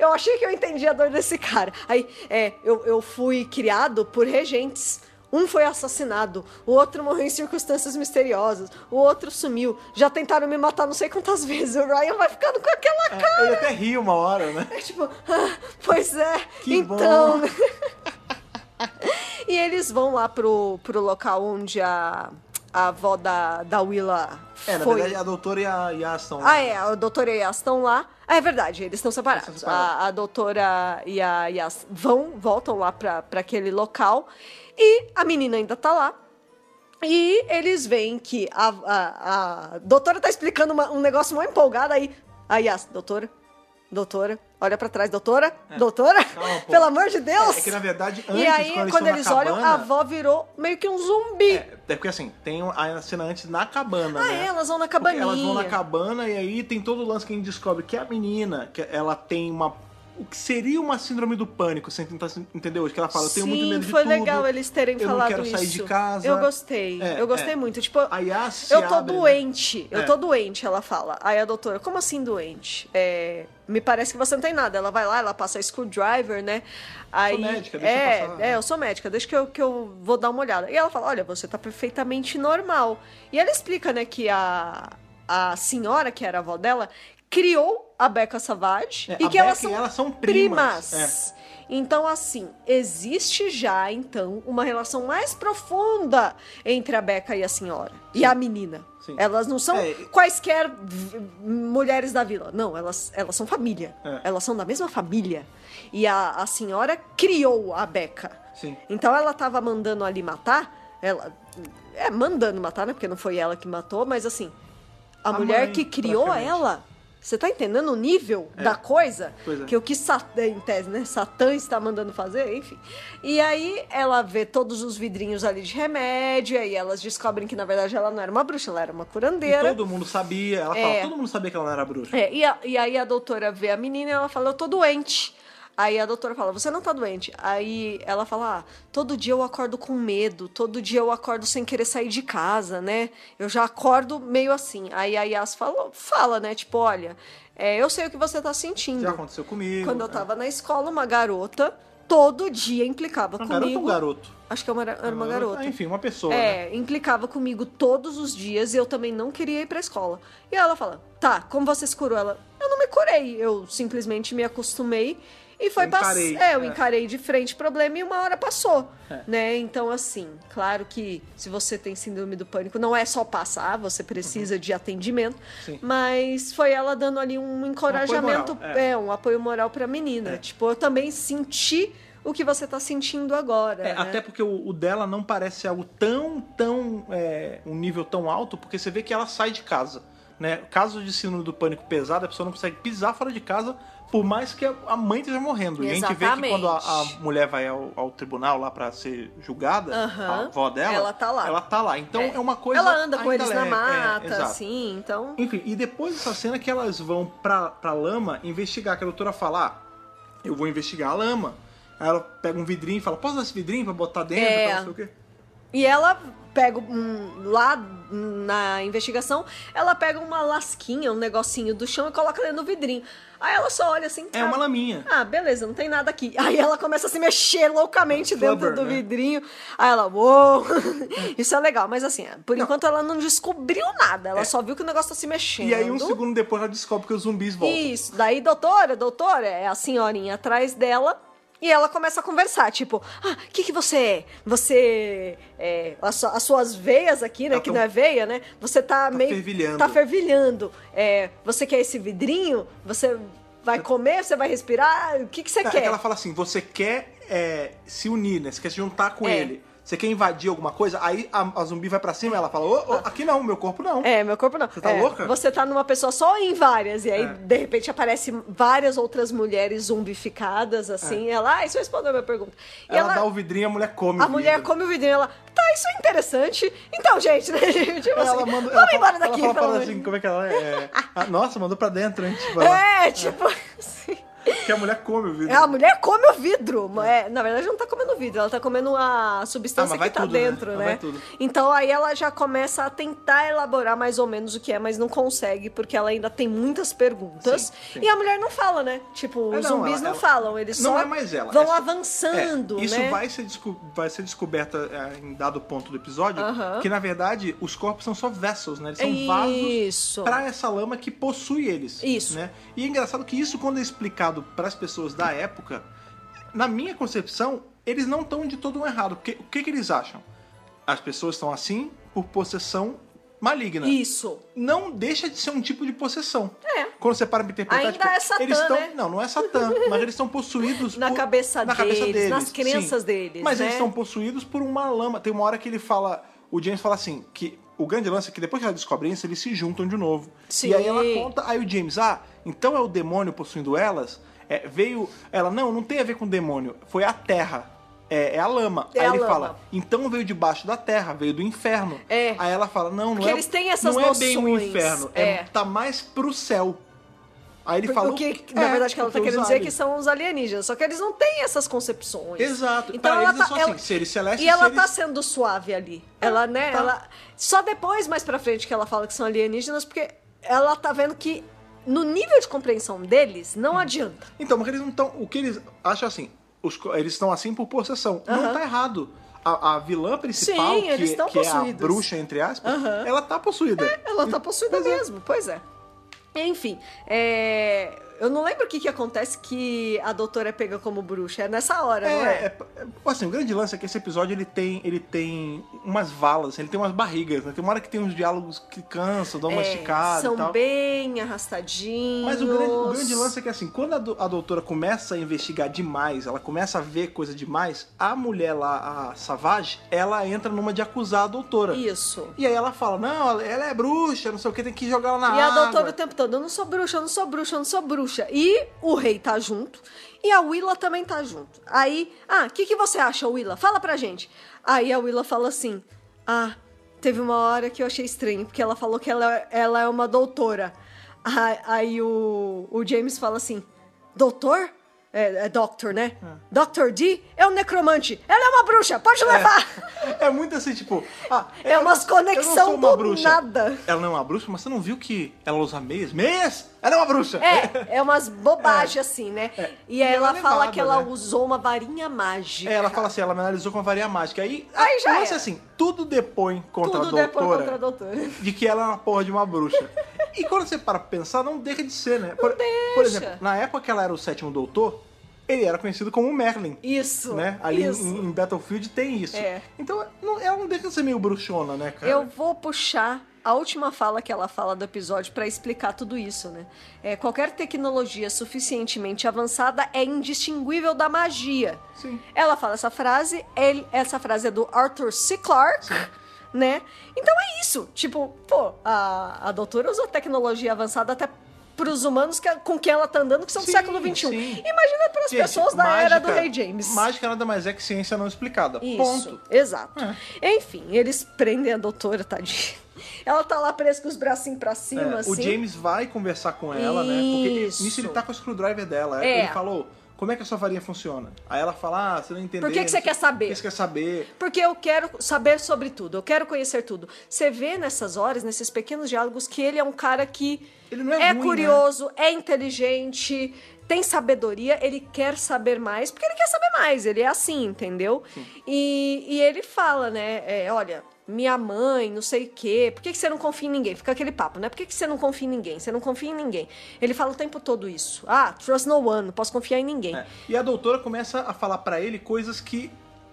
eu achei que eu entendi a dor desse cara. Aí, é, eu, eu fui criado por regentes. Um foi assassinado, o outro morreu em circunstâncias misteriosas, o outro sumiu. Já tentaram me matar não sei quantas vezes. O Ryan vai ficando com aquela cara. É, ele até ri uma hora, né? É tipo, ah, pois é, Que então. bom. e eles vão lá pro, pro local onde a, a avó da, da Willa É, na foi. verdade, a doutora e a, e a ação. né? Ah, é, a doutora e a Yas estão lá. Ah, é verdade, eles estão Eles separados. estão separados. A, a doutora e a Yas vão, voltam lá pra pra aquele local. E a menina ainda tá lá. E eles veem que a, a, a doutora tá explicando uma- um negócio mó empolgado aí. A Yas, doutora, doutora, olha pra trás, doutora, doutora, É, Calma, pô. pelo amor de Deus. É, é que, na verdade, e antes, aí, quando eles quando, estão na eles olham, cabana- a avó virou meio que um zumbi. É, é porque assim, tem a cena antes na cabana, Ah, né? é, elas vão na Porque cabaninha. Elas vão na cabana e aí tem todo o lance que a gente descobre que a menina, que ela tem uma. O que seria uma síndrome do pânico, você tentar se- entender hoje? Que ela fala, eu tenho Sim, muito medo de foi tudo, legal eles terem eu falado não quero isso. sair de casa. Eu gostei, É, eu gostei é. muito. Tipo, A Yas se eu tô abre, né? doente, É. eu tô doente, ela fala. Aí a doutora, como assim doente? É, me parece que você não tem nada. Ela vai lá, ela passa a screwdriver, né? Aí, médica, deixa é, eu passar. É, eu sou médica, deixa que eu, que eu vou dar uma olhada. E ela fala, olha, você tá perfeitamente normal. E ela explica, né, que a, a senhora, que era a avó dela, criou a Becca Savage É, e a que Becca elas e são, ela são primas. é. primas. Então, assim, existe já, então, uma relação mais profunda entre a Becca e a senhora. E a menina. Sim. Elas não são É, e- quaisquer v- mulheres da vila. Não, elas, elas são família. É. Elas são da mesma família. E a, a senhora criou a Becca. Sim. Então ela tava mandando ali matar, ela é mandando matar, né? Porque não foi ela que matou, mas assim, a, A mulher mãe, que criou praticamente. É. ela, você tá entendendo o nível da coisa? Pois é. Que o que Satã, em tese, né? Satã está mandando fazer, enfim. E aí ela vê todos os vidrinhos ali de remédio, e aí elas descobrem que na verdade ela não era uma bruxa, ela era uma E curandeira. todo mundo sabia, ela fala, É. todo mundo sabia que ela não era bruxa. É, e, a- e aí a doutora vê a menina e ela fala, eu tô doente. Aí a doutora fala, você não tá doente. Aí ela fala, ah, todo dia eu acordo com medo, todo dia eu acordo sem querer sair de casa, né? Eu já acordo meio assim. Aí a Yas fala, fala né? Tipo, olha, é, eu sei o que você tá sentindo. Já aconteceu comigo. Quando eu É. tava na escola, uma garota todo dia implicava Uma garota ou comigo. um garoto? Acho que era uma, era uma Ah, garota. Enfim, uma pessoa. né? É, implicava comigo todos os dias e eu também não queria ir pra escola. E ela fala: tá, como você se curou? Ela, eu não me curei, eu simplesmente me acostumei e foi Eu passar. encarei, É, eu é. encarei de frente o problema e uma hora passou. É. Né? Então, assim, claro que se você tem síndrome do pânico, não é só passar, você precisa de atendimento. Sim. Mas foi ela dando ali um encorajamento, moral, é. é. um apoio moral pra menina. É. Tipo, eu também senti o que você tá sentindo agora. É, né? Até porque o, o dela não parece ser algo tão, tão. é, um nível tão alto, porque você vê que ela sai de casa. Né? Caso de síndrome do pânico pesado, a pessoa não consegue pisar fora de casa, por mais que a a mãe esteja morrendo. E a gente vê que Exatamente. quando a, a mulher vai ao, ao tribunal lá pra ser julgada, Aham. a avó dela. Ela tá lá. Ela tá lá. Então é, É. uma coisa. Ela anda com ainda eles na leve. É, mata, exato. assim, então. Enfim, e depois dessa cena que elas vão pra, pra lama investigar, que a doutora fala, ah, eu vou investigar a lama. Aí ela pega um vidrinho e fala, posso dar esse vidrinho pra botar dentro, É. pra não sei o quê? E ela pega um- lá na investigação, ela pega uma lasquinha, um negocinho do chão e coloca dentro do vidrinho. Aí ela só olha assim, É tá, uma laminha. Ah, beleza, não tem nada aqui. Aí ela começa a se mexer loucamente Flubber, dentro do né? vidrinho. Aí ela, uou! Isso é legal, mas assim, é, por Não. enquanto ela não descobriu nada, ela É. só viu que o negócio tá se mexendo. E aí um segundo depois ela descobre que os zumbis voltam. Isso. Daí, doutora, doutora, é a senhorinha atrás dela. E ela começa a conversar, tipo, ah, o que, que você é? Você. é, as, su- as suas veias aqui, né? Tá que tão- não é veia, né? Você tá, meio. fervilhando. Tá fervilhando. É, você quer esse vidrinho? Você vai comer? Você vai respirar? O que, que você É, quer? que ela fala assim, você quer é, se unir, né? Você quer se juntar com É. ele. Você quer invadir alguma coisa? Aí a, a zumbi vai pra cima, ela fala: ô, ô, aqui não, meu corpo não. É, meu corpo não. Você tá É, louca? Você tá numa pessoa só em várias, e aí, É. de repente, aparecem várias outras mulheres zumbificadas, assim, ela, ah, isso respondeu a minha pergunta. E É. Ela, dá o vidrinho, a mulher come. a o mulher vidro. come o vidrinho, ela, tá, isso é interessante. Então, gente, né, gente, tipo assim, vamos ela fala- embora daqui, Ela fala, pelo falando amor de assim, como é que ela é? Ah, nossa, mandou pra dentro, hein? Tipo, ela- É, tipo assim. Porque a mulher come o vidro. É, a mulher come o vidro. É, na verdade, não tá comendo vidro, ela tá comendo a Ah, substância mas vai que tá tudo, né? dentro, Mas né? vai tudo. Então aí ela já começa a tentar elaborar mais ou menos o que é, mas não consegue, porque ela ainda tem muitas perguntas. Sim, sim. E a mulher não fala, né? Tipo, É, os não, zumbis ela- não ela- falam, eles não só é mais ela. vão é só- avançando, É, isso né? vai ser, desco- vai ser descoberta é, em dado ponto do episódio, Aham. que na verdade os corpos são só vessels, né? Eles são Isso. vasos pra essa lama que possui eles. Isso. Né? E é engraçado que isso, quando é explicado pras pessoas da época, na minha concepção, eles não estão de todo um errado. Porque o que, que eles acham? As pessoas estão assim por possessão maligna. Isso. Não deixa de ser um tipo de possessão. É. Quando você para pra interpretar, Ainda tipo, é Satã, eles estão, né? não, não é satã, mas eles estão possuídos Na por- cabeça na cabeça deles, deles, nas crenças sim. deles, Mas né? eles estão possuídos por uma lama. Tem uma hora que ele fala, o James fala assim, que o grande lance é que depois que ela descobre isso, eles se juntam de novo. Sim. E aí ela conta, aí o James, ah, então é o demônio possuindo elas? É, veio, ela, não, não tem a ver com o demônio, foi a terra. É, é a lama. É aí a ele lama. fala, então veio debaixo da terra, veio do inferno. É. Aí ela fala, não, não Porque é. eles têm essas não é bem o noções, inferno, é, é. tá mais pro céu. Aí ele Porque falou o que, na é, verdade, que ela tá porque querendo os dizer é que aliens. são os alienígenas, só que eles não têm essas concepções. Exato. Então Pra ela eles é tá, só ela- assim, seres celestes, E ela seres... tá sendo suave ali. Ela, né? tá. Ela. Só depois, mais pra frente, que ela fala que são alienígenas, porque ela tá vendo que no nível de compreensão deles, não adianta. Então, porque eles não estão... O que eles acham assim, os co- eles estão assim por possessão. Aham. Não tá errado. A, a vilã principal, Sim, que, eles estão que é a possuídos. bruxa, entre aspas, Aham. ela tá possuída. Ela tá possuída mesmo, pois é. Enfim, é, eu não lembro o que, que acontece que a doutora é pega como bruxa. É nessa hora, não É, é? é- é- assim, o grande lance é que esse episódio ele tem, ele tem umas valas, ele tem umas barrigas, né? Tem uma hora que tem uns diálogos que cansam, dão uma É, esticada e são tal. bem arrastadinhos. Mas o grande, o grande lance é que assim, quando a, do- a doutora começa a investigar demais, ela começa a ver coisa demais, a mulher lá, a Savage, ela entra numa de acusar a doutora. Isso. E aí ela fala, não, ela é bruxa, não sei o que, tem que jogar ela na E a água. doutora o tempo todo, eu não sou bruxa, eu não sou bruxa, eu não sou bruxa. E o rei tá junto. E a Willa também tá junto. Aí, ah, o que, que você acha, Willa? Fala pra gente. Aí a Willa fala assim: Ah, teve uma hora que eu achei estranho, porque ela falou que ela, ela é uma doutora. Aí, aí o, o James fala assim: Doutor? É, é doctor, né? Ah. Doctor D é um necromante. Ela é uma bruxa, pode levar! É muito assim, tipo... Ah, É eu umas não- eu não conexão sou uma do bruxa. nada. Ela não é uma bruxa, mas você não viu que ela usa meias? Meias? Ela é uma bruxa! É, é umas bobagens assim, né? E, aí ela ela, é fala levada, que ela né? usou uma varinha mágica. É, ela fala assim, ela me analisou com a varinha mágica. Aí, Aí já o lance é era. assim, tudo depõe é contra Tudo a depois doutora. contra a doutora. de que ela é uma porra de uma bruxa. E quando você para pra pensar, não deixa de ser, né? Por, deixa. por exemplo, na época que ela era o sétimo doutor, ele era conhecido como Merlin. Isso. Né? Ali em- isso. Em, Battlefield tem isso. É. Então não- ela não deixa de ser meio bruxona, né, cara? Eu vou puxar a última fala que ela fala do episódio pra explicar tudo isso, né? É, qualquer tecnologia suficientemente avançada é indistinguível da magia. Sim. Ela fala essa frase, ele- essa frase é do Arthur C. Clarke, né? Então é isso. Tipo, pô, a, a doutora usa tecnologia avançada até pros humanos que- com quem ela tá andando, que são do Sim, século XXI. sim. Imagina pras Gente, pessoas da mágica- era do Rei James. Mágica nada mais é que ciência não explicada. Isso, Ponto. É. exato. Enfim, eles prendem a doutora, tadinha. Ela tá lá presa com os bracinhos pra cima, É, assim. O James vai conversar com ela, né? Isso. Porque nisso ele tá com a screwdriver dela. É. Ele falou, como é que a sua varinha funciona? Aí ela fala, ah, você não entendeu. Por que que não você sei- quer saber? Por que você quer saber? Porque eu quero saber sobre tudo, eu quero conhecer tudo. Você vê nessas horas, nesses pequenos diálogos, que ele é um cara que Ele não é ruim, curioso, é inteligente, tem sabedoria, ele quer saber mais, porque ele quer saber mais, ele é assim, entendeu? E, e ele fala, né? é, olha. Minha mãe, não sei o quê. Por que, que você não confia em ninguém? Fica aquele papo, né? Por que, que você não confia em ninguém? Você não confia em ninguém. Ele fala o tempo todo isso. Ah, trust no one, não posso confiar em ninguém. É. E a doutora começa a falar pra ele coisas que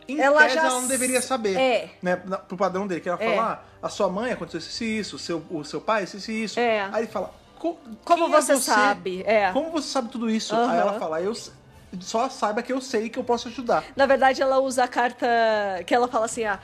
em Ela tese já ela não deveria saber. é. Né? Na- Pro padrão dele, que ela É. fala, ah, a sua mãe aconteceu isso e isso, o seu, o seu pai isso e isso. É. Aí ele fala, "Co- Como quem é você sabe?" É. Como você sabe tudo isso? Aham. Aí ela fala, eu... s- só saiba que eu sei que eu posso ajudar. Na verdade, ela usa a carta que ela fala assim: ah,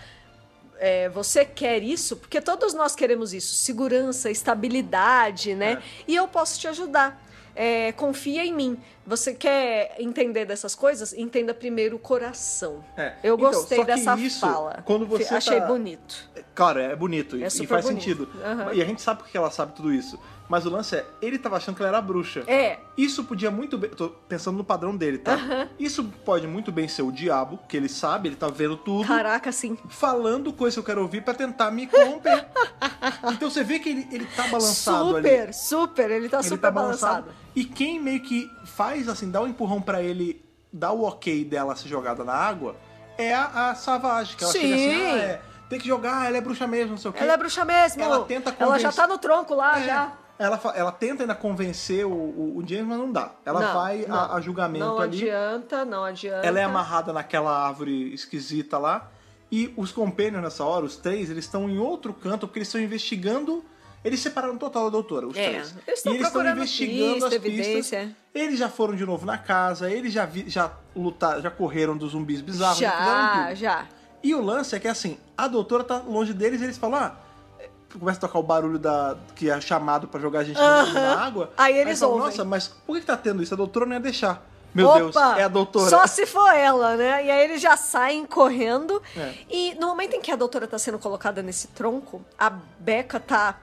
é, você quer isso? Porque todos nós queremos isso: segurança, estabilidade, né? É. E eu posso te ajudar. É, confia em mim. Você quer entender dessas coisas? Entenda primeiro o coração. É. Eu Então, gostei só que dessa isso, fala. quando você Fe- Achei tá- bonito. Claro, é bonito e- É e super faz bonito. sentido. Aham. E a gente sabe porque ela sabe tudo isso. Mas o lance é, ele tava achando que ela era bruxa. É, Isso podia muito bem. Tô pensando no padrão dele, tá? Isso pode muito bem ser o diabo, que ele sabe, ele tá vendo tudo. caraca, assim, sim. Falando coisas que eu quero ouvir pra tentar me corromper. então você vê que ele, ele tá balançado ali. Super, super. Ele tá Ele super tá balançado. E quem meio que faz assim, dá um empurrão pra ele, dá o ok dela ser jogada na água, é a, a Savage, que ela chega assim, Sim. ah, é, tem que jogar, ela é bruxa mesmo, não sei o quê. Ela é bruxa mesmo. Ela tenta Ela já convencer- tá no tronco lá, É. já. Ela, fa- ela tenta ainda convencer o, o- o James, mas não dá. Ela Não, vai a- não. a, julgamento Não ali. adianta, não adianta. Ela é amarrada naquela árvore esquisita lá. E os Companions nessa hora, os três, eles estão em outro canto porque eles estão investigando. Eles separaram total da doutora, os É, três. eles e estão eles estão procurando investigando pista, as pistas. evidência. Eles já foram de novo na casa, eles já, vi- já lutaram, já correram dos zumbis bizarros, já, fizeram Já, tudo. já. E o lance é que assim, a doutora tá longe deles e eles falam, ah, é, começa a tocar o barulho da que é chamado pra jogar a gente Aham. na água. Aí eles falam, ouvem. Nossa, mas por que que tá tendo isso? A doutora não ia deixar. Meu Opa, Deus, é a doutora. Só se for ela, né? E aí eles já saem correndo. É. E no momento em que a doutora tá sendo colocada nesse tronco, a Beca tá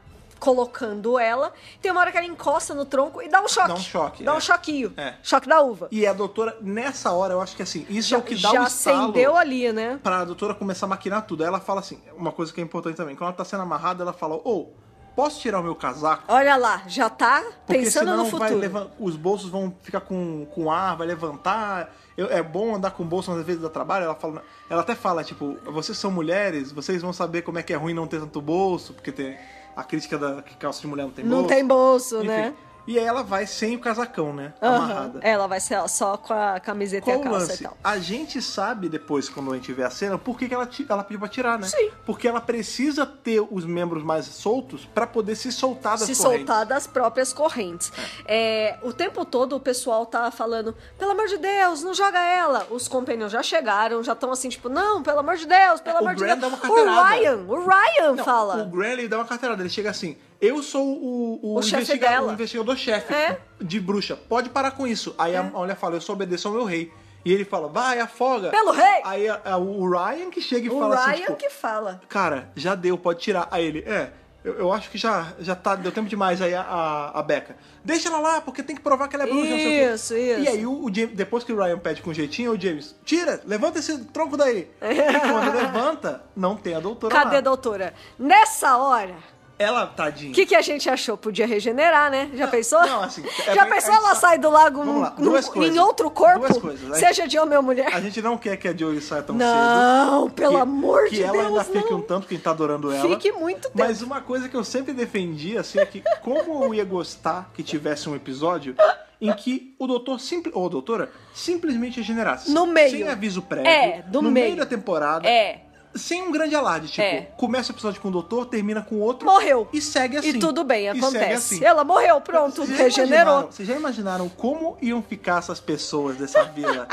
colocando ela. Tem uma hora que ela encosta no tronco e dá um choque. Dá um choque, Dá é. um choquinho. É. Choque da uva. E a doutora, nessa hora, eu acho que assim, isso é o que dá já um estalo acendeu ali, né? pra doutora começar a maquinar tudo. Aí ela fala assim, uma coisa que é importante também, quando ela tá sendo amarrada, ela fala, ô, posso tirar o meu casaco? Olha lá, já tá Porque pensando senão no vai futuro. levan- os bolsos vão ficar com, com ar, vai levantar. Eu- é bom andar com bolso, mas às vezes dá trabalho. Ela, fala, ela até fala, tipo, vocês são mulheres, vocês vão saber como é que é ruim não ter tanto bolso, porque tem a crítica da que calça de mulher não tem Não bolso. tem bolso, Enfim. né? E aí ela vai sem o casacão, né? Aham. É, Amarrada. Ela vai ser ó, só com a camiseta Qual e o a calça lance? e tal. A gente sabe depois, quando a gente vê a cena, por que, que ela, ti- ela pediu pra tirar, né? Sim. Porque ela precisa ter os membros mais soltos pra poder se soltar das se correntes. soltar das próprias correntes. É, o tempo todo o pessoal tá falando, pelo amor de Deus, não joga ela. Os companions já chegaram, já estão assim, tipo, não, pelo amor de Deus, pelo É, o amor de Graham Deus. dá uma o carteirada. Ryan, o Ryan Não, fala. O Granley dá uma carteirada, ele chega assim, eu sou o, o, O chefe investiga- dela. o investigador-chefe É. de bruxa, pode parar com isso. Aí a mulher fala, eu sou obedecer ao meu rei. E ele fala, vai, afoga. Pelo rei! Aí a- a- o Ryan que chega e O fala Ryan assim, tipo, que fala. cara, já deu, pode tirar. Aí ele, é, eu, eu acho que já, já tá, deu tempo demais aí a, a, a Becca. Deixa ela lá, porque tem que provar que ela é bruxa, não sei o quê. Isso, isso. E aí o, o James, depois que o Ryan pede com jeitinho, o James, tira, levanta esse tronco daí. e quando levanta, não tem a doutora Cadê lá. a doutora? Nessa hora, Ela, o tadinha. que, que a gente achou? Podia regenerar, né? Já pensou? não, assim, é Já pra- pensou a gente ela sa- sair do lago Vamos num- lá, num- duas em coisas. outro corpo? Duas coisas. A gente- Seja de homem ou mulher? A gente não quer que a Joey saia tão cedo. Não, pelo que- amor que de ela Deus, ainda fique não. um tanto quem tá adorando ela. Fique muito tempo. Mas uma coisa que eu sempre defendi, assim, é que como eu ia gostar que tivesse um episódio em que o doutor simpli- ou a doutora simplesmente regenerasse. No meio. Sem aviso prévio. É, do no meio. meio da temporada. É. Sem um grande alarde, tipo, É. começa o episódio com o doutor, termina com outro. Morreu. E segue assim. E tudo bem, E segue acontece. assim. Ela morreu, pronto, Vocês já regenerou. imaginaram- Vocês já imaginaram como iam ficar essas pessoas dessa vila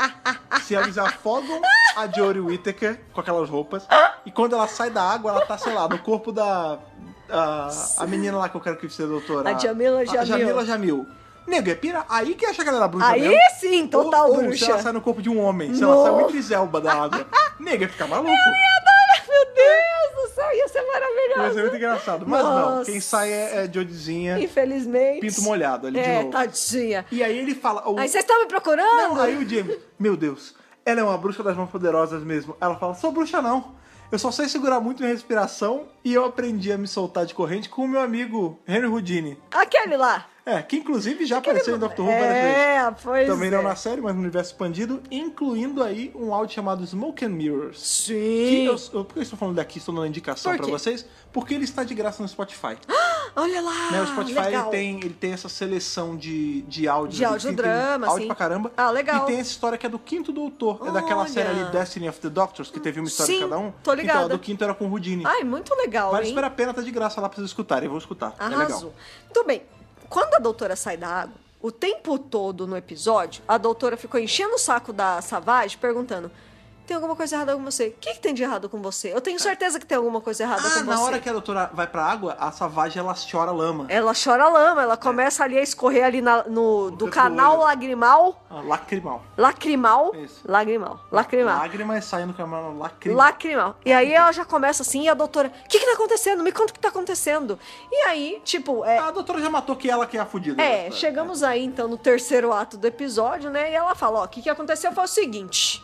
se eles afogam a Jory Whittaker com aquelas roupas e quando ela sai da água, ela tá, sei lá, no corpo da. A, a menina lá que eu quero que seja doutora. A Jamila A Jamil. Jamila Jamil. Nego, é pira. Aí que acha que ela era bruxa Aí mesmo. sim, total ou, Ou se bruxa. ela sai no corpo de um homem, se Não. ela sai muito Zelba da água. Nego, ia ficar maluco. Meu Deus do céu, ia ser Mas é maravilhoso. muito engraçado. Mas não, Nossa. quem sai é, é Jodizinha, Infelizmente. pinto molhado ali de É, novo. tadinha. E aí ele fala. o- Aí vocês estão me procurando? Não, aí o James, meu Deus, ela é uma bruxa das mãos poderosas mesmo. Ela fala, sou bruxa não. Eu só sei segurar muito minha respiração e eu aprendi a me soltar de corrente com o meu amigo Henry Houdini. Aquele lá. É, que inclusive já apareceu em Doctor Who várias vezes. É, pois Também é. não na série, mas no universo expandido, incluindo aí um áudio chamado Smoke and Mirrors. Que Sim. eu, eu, por que eu estou falando daqui, estou dando uma indicação Por pra quê? vocês? Porque ele está de graça no Spotify. Olha lá. né? O Spotify ele Ah, legal. tem, ele tem essa seleção de, de áudios. De áudio assim, drama, tem áudio sim. pra caramba. Ah, legal. E tem essa história que é do Quinto Doutor. É daquela Olha. série ali, Destiny of the Doctors, que teve uma história de Sim, cada um. tô Então, a ligada. do Quinto era com o Houdini. Ai, muito legal, vale hein? super a pena, tá de graça lá pra vocês escutarem. Eu vou escutar. É legal. Arrasou. Muito bem. Quando a doutora sai da água, O tempo todo no episódio, a doutora ficou enchendo o saco da Savage, perguntando: tem alguma coisa errada com você? O que, que tem de errado com você? Eu tenho certeza que tem alguma coisa errada com É. Ah, você. É. na hora que a doutora vai pra água, a Savage ela chora lama. Ela chora lama, ela começa ali a escorrer ali na- no, do canto do canal olho. lagrimal. Ah, Lacrimal. Lacrimal. Isso. Lagrimal. Lagrimal. Lágrimas saem no canal lacrimal. Lacrimal. E aí ela já começa assim, e a doutora, o que que tá acontecendo? Me conta o que tá acontecendo. E aí, tipo, é, A doutora já matou que ela que é a fudida. é, Né? chegamos aí então no terceiro ato do episódio, né? E ela fala: Ó, o que, que aconteceu foi o seguinte.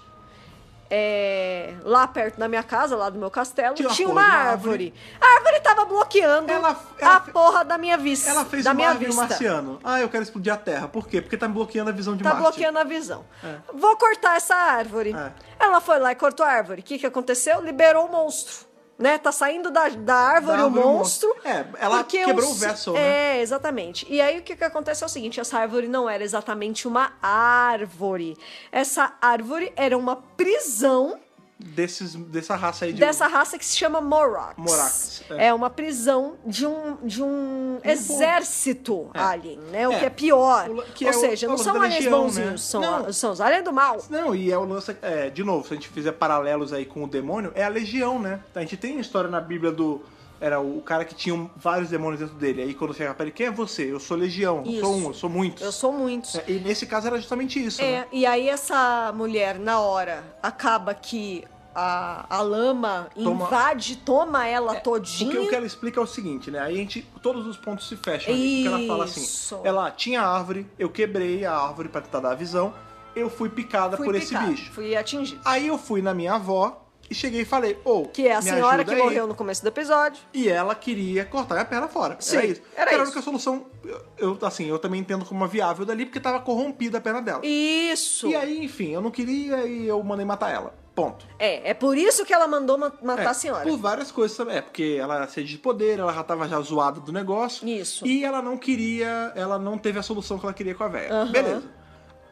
É, lá perto da minha casa, lá do meu castelo, Tinha tinha, uma uma porra de uma árvore. A árvore tava bloqueando Ela- ela a fe- porra da minha vista. Ela fez da um minha árvore vista. marciano. Ah, eu quero explodir a Terra. Por quê? Porque tá me bloqueando a visão de Tá Marte. bloqueando a visão. É. Vou cortar essa árvore. É. Ela foi lá e cortou a árvore. O que, que aconteceu? Liberou o monstro. Né? Tá saindo da, da árvore Da árvore o o monstro. monstro. É, ela porque quebrou os- o vessel, né? É, exatamente. E aí o que, que acontece é o seguinte: essa árvore não era exatamente uma árvore. Essa árvore era uma prisão Desses, dessa raça aí de. dessa raça que se chama Morax. Morax, É, é. uma prisão de um, de um exército É. alien, né? O É. que é pior. O la- que Ou é o- seja, é o não lance são da aliens legião, né? bonzinhos, são, Não. a- são os aliens do mal. Não, e é o lance. É, de novo, se a gente fizer paralelos aí com o demônio, é a legião, né? A gente tem a história na Bíblia do. Era o cara que tinha um, vários demônios dentro dele. Aí quando chega pra ele, quem é você? Eu sou legião. Eu sou Isso. um, eu sou muitos. Eu sou muitos. É, e nesse caso era justamente isso, né? É, e aí essa mulher, na hora, acaba que a, a lama Toma- invade, toma ela todinha. Porque o que ela explica é o seguinte, né? Aí a gente, todos os pontos se fecham. ali, Porque ela fala Isso. assim: ela tinha a árvore, eu quebrei a árvore pra tentar dar a visão, eu fui picada Fui por picada, esse bicho. Fui atingida. Aí eu fui na minha avó e cheguei e falei: Ô, Que é a me senhora ajuda que aí. morreu no começo do episódio. E ela queria cortar minha perna fora. Sim, era isso. era a isso. única solução. Eu, eu, assim, eu também entendo como uma viável dali, porque tava corrompida a perna dela. Isso. E aí, enfim, eu não queria e eu mandei matar ela. Ponto. É, é por isso que ela mandou ma- matar É, a senhora. Por várias coisas também. É, porque ela era sede de poder, ela já tava já zoada do negócio. Isso. E ela não queria, ela não teve a solução que ela queria com a véia. Aham. Beleza.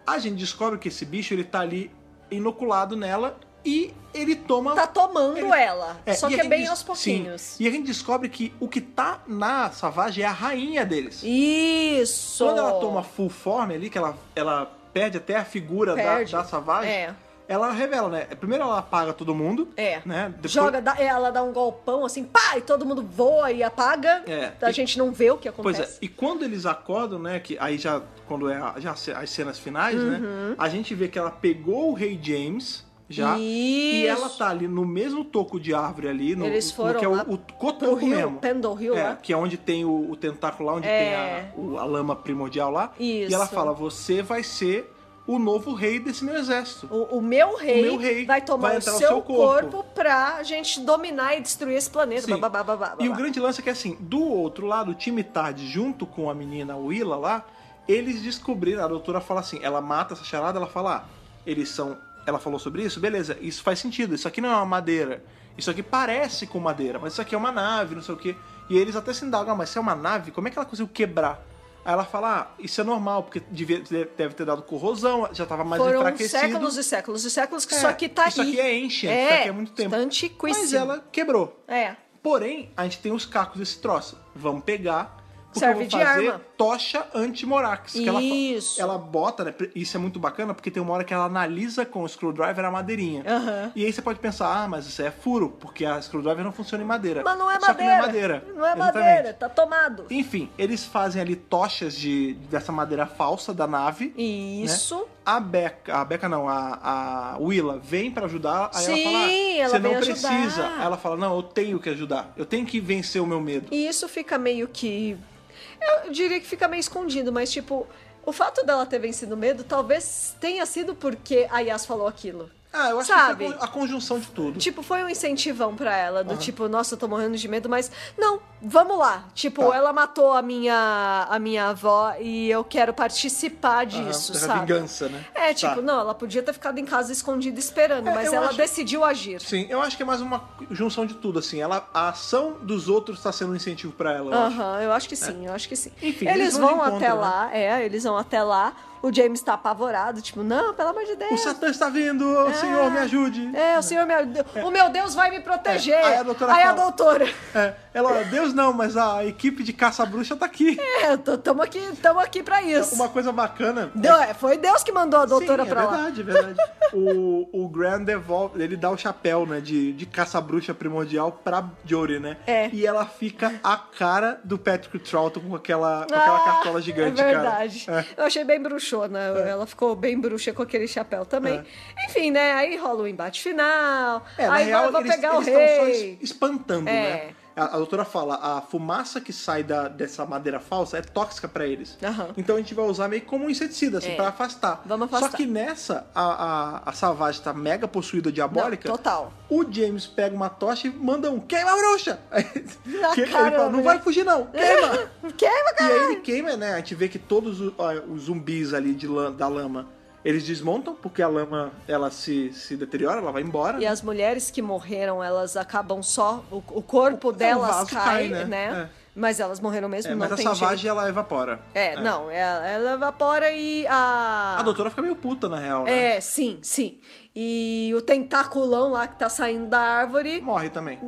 A gente descobre que esse bicho, ele tá ali inoculado nela e ele toma... Tá tomando Ele- ela. só e que a é gente bem des- aos sim. pouquinhos. E a gente descobre que o que tá na Savage é a rainha deles. Isso. Quando ela toma full form ali, que ela, ela perde até a figura da, Perde. da Savage, É. ela revela, né? Primeiro ela apaga todo mundo. É. Né? Depois- Joga, dá- ela dá um golpão assim, pá, e todo mundo voa e apaga. É. A E- gente não vê o que Pois acontece. é, e quando eles acordam, né, que aí já quando é a- já se- as cenas finais, né, Uhum. a gente vê que ela pegou o Rei James já e ela Isso. tá ali no mesmo toco de árvore ali, no, Eles no foram que é lá o, o Pro cotoco rio, mesmo. Pendle Hill, né? É, lá. que é onde tem o, o tentáculo lá, onde É. tem a, o- a lama primordial lá. Isso. E ela fala: Você vai ser o novo rei desse meu exército. O, o meu rei O meu rei vai tomar vai o entrar seu, no seu corpo. corpo. pra gente dominar e destruir esse planeta. Sim. Babá, babá, babá, E o babá. grande lance é que, assim, do outro lado, o time Tarde, junto com a menina Willa lá, eles descobriram, a doutora fala assim, ela mata essa charada, ela fala, ah, eles são. Ela falou sobre isso, beleza, isso faz sentido, isso aqui não é uma madeira. Isso aqui parece com madeira, mas isso aqui é uma nave, não sei o quê. E eles até se indagam, ah, mas se é uma nave, como é que ela conseguiu quebrar? Aí ela fala, ah, isso é normal, porque devia- deve ter dado corrosão, já tava mais Foram enfraquecido. séculos e séculos e séculos que É, isso aqui tá isso aí. aqui é ancient, é, isso aqui é muito tempo. Tá Mas antiquíssimo. ela quebrou. É. Porém, a gente tem os cacos desse troço. Vamos pegar. Porque Serve eu de vou fazer arma. tocha anti-morax. que ela fa- Isso. Ela, bota, né? Isso é muito bacana, porque tem uma hora que ela analisa com o screwdriver a madeirinha. Aham. E aí você pode pensar, ah, mas isso é furo, porque a screwdriver não funciona em madeira. Mas não é Só que não madeira. é madeira. Não é Exatamente. madeira, tá tomado. Enfim, eles fazem ali tochas de, dessa madeira falsa da nave. Isso. né? A Beca, a Beca não, a, a Willa vem pra ajudar, aí Sim, ela ela fala, "Ah, você vem não ajudar." precisa. Aí ela fala, não, eu tenho que ajudar, eu tenho que vencer o meu medo. E isso fica meio que. Eu diria que fica meio escondido, mas tipo, o fato dela ter vencido o medo talvez tenha sido porque a Yas falou aquilo. Ah, eu acho que Sabe? foi a con- a conjunção de tudo. Tipo, foi um incentivão pra ela, do tipo, nossa, eu tô morrendo de medo, mas não, vamos lá. Tipo, Tá. ela matou a minha a minha avó e eu quero participar Aham, disso, dessa sabe? vingança, né? É, tipo, Tá. não, ela podia ter ficado em casa escondida esperando, É, mas eu ela acho- decidiu agir. Sim, eu acho que é mais uma junção de tudo, assim. Ela, a ação dos outros tá sendo um incentivo pra ela, eu acho. É. Aham, eu acho que sim, eu acho que sim. Enfim, eles, eles vão vão de encontro, né? até lá, é, eles vão até lá. O James tá apavorado, tipo, não, pelo amor de O Deus. Satã está vindo, o senhor me ajude. É, o senhor, meu Deus, o meu Deus vai me proteger. É, aí a doutora Aí a fala. doutora, É, ela, Deus não, mas a equipe de caça-bruxa tá aqui. é, tô- tamo aqui, tamo aqui pra isso. Uma coisa bacana. Deu- é, foi Deus que mandou a doutora Sim, pra é lá. verdade, é verdade. o, o Graham devolve, ele dá o chapéu, né, de, de caça-bruxa primordial pra Jory, né? É. E ela fica a cara do Patrick Troughton com aquela, com aquela Ah, cartola gigante, É cara. É. verdade. Eu achei bem bruxona. Ela ficou bem bruxa com aquele chapéu também. Enfim, né? Aí rola o embate final. É, na aí real, vai, vai eles pegar o eles estão só rei. es- espantando, É. né? A, a doutora fala, a fumaça que sai da, dessa madeira falsa é tóxica pra eles. Aham. Então a gente vai usar meio como um inseticida, assim, É. pra afastar. Vamos Só afastar. que nessa, a, a, a Savage tá mega possuída diabólica. Não, total. O James pega uma tocha e manda um queima a bruxa! Ah, Que- ele caramba, fala, não né? vai fugir não, queima! Queima, e cara. aí ele queima, né? A gente vê que todos os, ó, os zumbis ali de lã- da lama, eles desmontam, porque a lama, ela se, se deteriora, ela vai embora. E as mulheres que morreram, elas acabam só. O, o corpo delas vaso cai, cai, né? né? É. Mas elas morreram mesmo, É, não mas a tem Savage, jeito. ela evapora. É, não, ela, ela evapora e a. A doutora fica meio puta, na real, né? É, sim, sim. E o tentaculão lá que tá saindo da árvore, Morre também.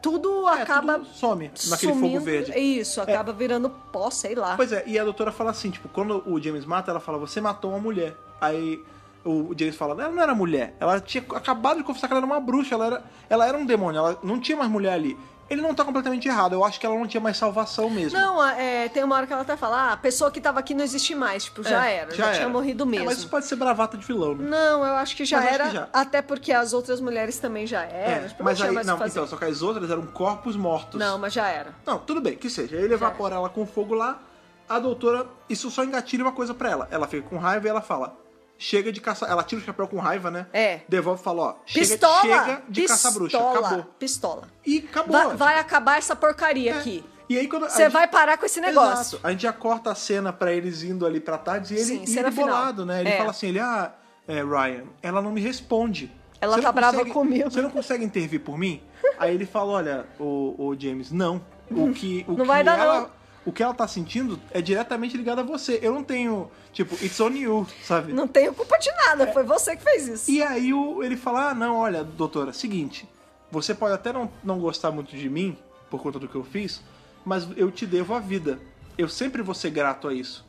tudo É, acaba tudo some naquele sumindo. fogo verde. É. Isso, acaba virando pó, sei lá. Pois é, e a doutora fala assim, tipo, quando o James mata, ela fala, você matou uma mulher. Aí o James fala, ela não era mulher, ela tinha acabado de confessar que ela era uma bruxa, ela era, ela era um demônio, ela não tinha mais mulher ali. Ele não tá completamente errado, eu acho que ela não tinha mais salvação mesmo. Não, a- é, tem uma hora que ela até fala, ah, a pessoa que tava aqui não existe mais, tipo, já É, era, já, tinha era. morrido É, mesmo. mas isso pode ser bravata de vilão, né? Não, eu acho que já Mas acho era, que já. É, até porque as outras mulheres também já eram, tipo, mas não aí, tinha mais o não, que fazer. então, só que as outras eram corpos mortos. Não, mas já era. Não, tudo bem, que seja. Ele evapora ela com fogo lá, a doutora, isso só engatilha uma coisa pra ela. Ela fica com raiva e ela fala: chega de caçar. Ela tira o chapéu com raiva, né? É. Devolve e fala: ó, chega, Pistola! chega de caça-bruxa, pistola, acabou. Pistola. E acabou. Vai, ela. vai acabar essa porcaria É. aqui. E aí quando. a Você gente- vai parar com esse negócio. Exato. A gente já corta a cena pra eles indo ali pra tarde e ele, Sim, e cena ele bolado, final. né? Ele É. fala assim: ele, ah, é, Ryan, ela não me responde. Ela Você tá não brava consegue- comigo." Você não consegue intervir por mim? Aí ele fala: olha, o, o James, não. O que, o Não que vai dar, ela. não." O que ela tá sentindo é diretamente ligado a você. Eu não tenho. Tipo, it's on you, sabe? Não tenho culpa de nada, foi você que fez isso. É. E aí o- ele fala: Ah, não, olha, doutora, seguinte, você pode até não, não gostar muito de mim por conta do que eu fiz, mas eu te devo a vida. Eu sempre vou ser grato a isso.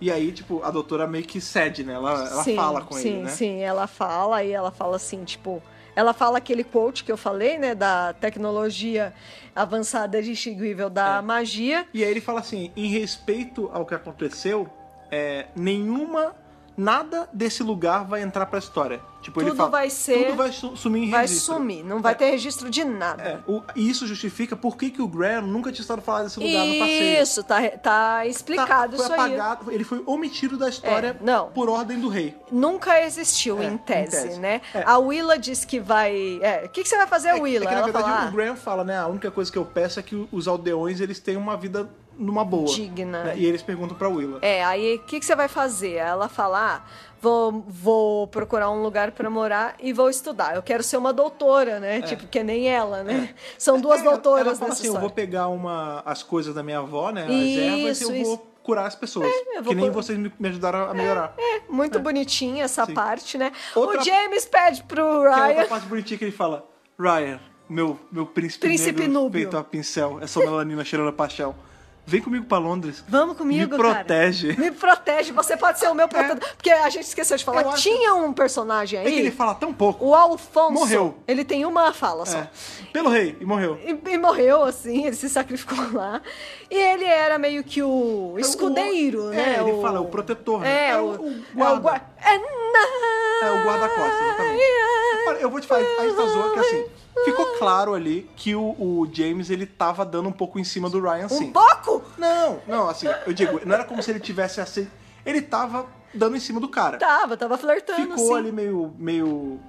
E aí, tipo, a doutora meio que cede, né? Ela, ela Sim, fala com sim, ele, né? Sim, ela fala e ela fala assim, tipo, ela fala aquele quote que eu falei, né, da tecnologia avançada de extinguível É. da magia. E aí ele fala assim: em respeito ao que aconteceu, é, nenhuma. Nada desse lugar vai entrar pra história. Tipo, ele Tudo fala, vai ser- Tudo vai su- sumir em Vai registro. sumir, não vai ter registro de nada. É, o- e isso justifica por que, que o Graham nunca tinha estado falar desse lugar no passeio. Isso, tá, tá Tá, explicado foi isso aí. apagado, Ele foi omitido da história É, não. por ordem do rei. Nunca existiu, É, em, em tese, tese. né? É. A Willa diz que vai... é, o que, que você vai fazer, é, Willa? é que na ela verdade fala, "Ah, o Graham fala, né? A única coisa que eu peço é que os aldeões eles tenham uma vida numa boa. Digna. né, E eles perguntam pra Willa. É, aí o que, que você vai fazer? Ela fala: ah, vou, vou procurar um lugar pra morar e vou estudar. Eu quero ser uma doutora, né? Tipo, que nem ela, né? São duas É, Ela doutoras fala nessa assim, eu história. vou pegar uma, as coisas da minha avó, né? As Isso, ervas e eu isso. É, vou curar as pessoas. eu vou que nem cur- vocês me me ajudaram a melhorar. É, muito bonitinha essa Sim. parte, né? Outra- O James pede pro Que é outra Ryan. parte bonitinha que ele fala, Ryan, meu, meu príncipe, Príncipe negro núbio. feito a pincel, essa melanina cheirando a paixão. Vem comigo pra Londres. Vamos comigo, Me cara. protege. É. Me protege, você pode ser o meu protetor. Porque a gente esqueceu de falar Eu acho- tinha um personagem aí. É que ele fala tão pouco. O Alfonso. Morreu. Ele tem uma fala só. É, Pelo rei, e morreu. E, e morreu, assim, ele se sacrificou lá. E ele era meio que o É O- escudeiro, né? É, ele fala, o protetor, né? É, o, o, o é o guarda. guarda. É, na... É, o guarda-costas, exatamente. Olha, eu vou te falar, a gente tá zoando que assim, ficou claro ali que o, o James, ele tava dando um pouco em cima do Ryan, sim. Um pouco? Não, não, assim, eu digo, não era como se ele tivesse assim, ele tava dando em cima do cara. Tava, tava flertando, ficou assim. ali meio, meio...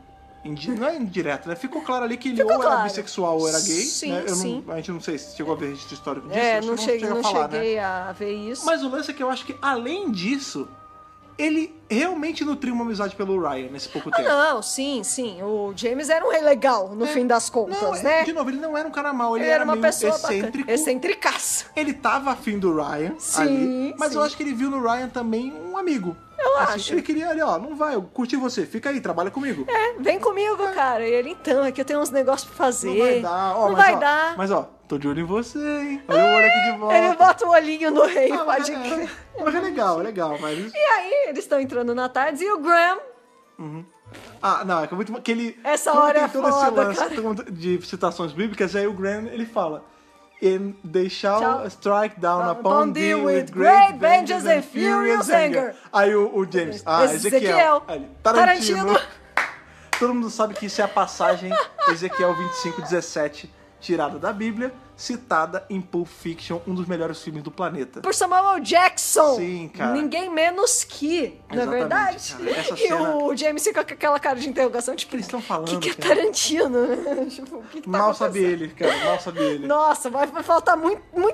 indi- Não é indireto, né? Ficou claro ali que ele Ficou ou era claro. bissexual ou era gay. Sim, né? Eu não- sim. a gente não sei se chegou a ver registro histórico disso. É, acho que não, cheguei, chega a não falar, né? cheguei a ver isso. Mas o lance é que eu acho que, além disso, ele realmente nutriu uma amizade pelo Ryan nesse pouco Ah, tempo. não, sim, sim. O James era um rei legal, no fim das contas, é- né? de novo, ele não era um cara mau, ele, Ele era, era uma meio pessoa excêntrico. bacana. Excentricaço. Ele tava afim do Ryan Sim, ali, mas sim. eu acho que ele viu no Ryan também um amigo. É Eu Assim, acho. Ele queria ali, ó, não vai, eu curti você, fica aí, trabalha comigo. É, vem comigo, cara. E ele, então, é que eu tenho uns negócios pra fazer. Não vai dar, ó, Não mas, vai ó, dar. Mas ó, tô de olho em você, hein? Olha o olho aqui de volta. Ele bota o olhinho no rei, Ah, mas pode é, crer. mas é legal, é legal, mas. E aí, eles estão entrando na tarde e o Graham Ah, não, é que é muito. Que ele, Essa como hora tem é todo esse foda, lance de citações bíblicas, aí o Graham ele fala. And they shall Shall- strike down Down upon thee with great vengeance and furious anger. Aí o, o James, ah, Ezequiel. Ezequiel. Aí ele, Tarantino. Tarantino. Todo mundo sabe que isso é a passagem Ezequiel 25, 17, tirada da Bíblia, citada em Pulp Fiction, um dos melhores filmes do planeta. por Samuel Jackson. Sim, cara. Ninguém menos que, não é Exatamente, verdade? cara. Essa E cena- o James fica com aquela cara de interrogação, tipo, Eles estão o falando, que, que é cara. Tarantino? tipo, o que, que tá Mal sabe acontecendo? ele, cara, mal sabe ele. Nossa, vai vai faltar muito, muitas,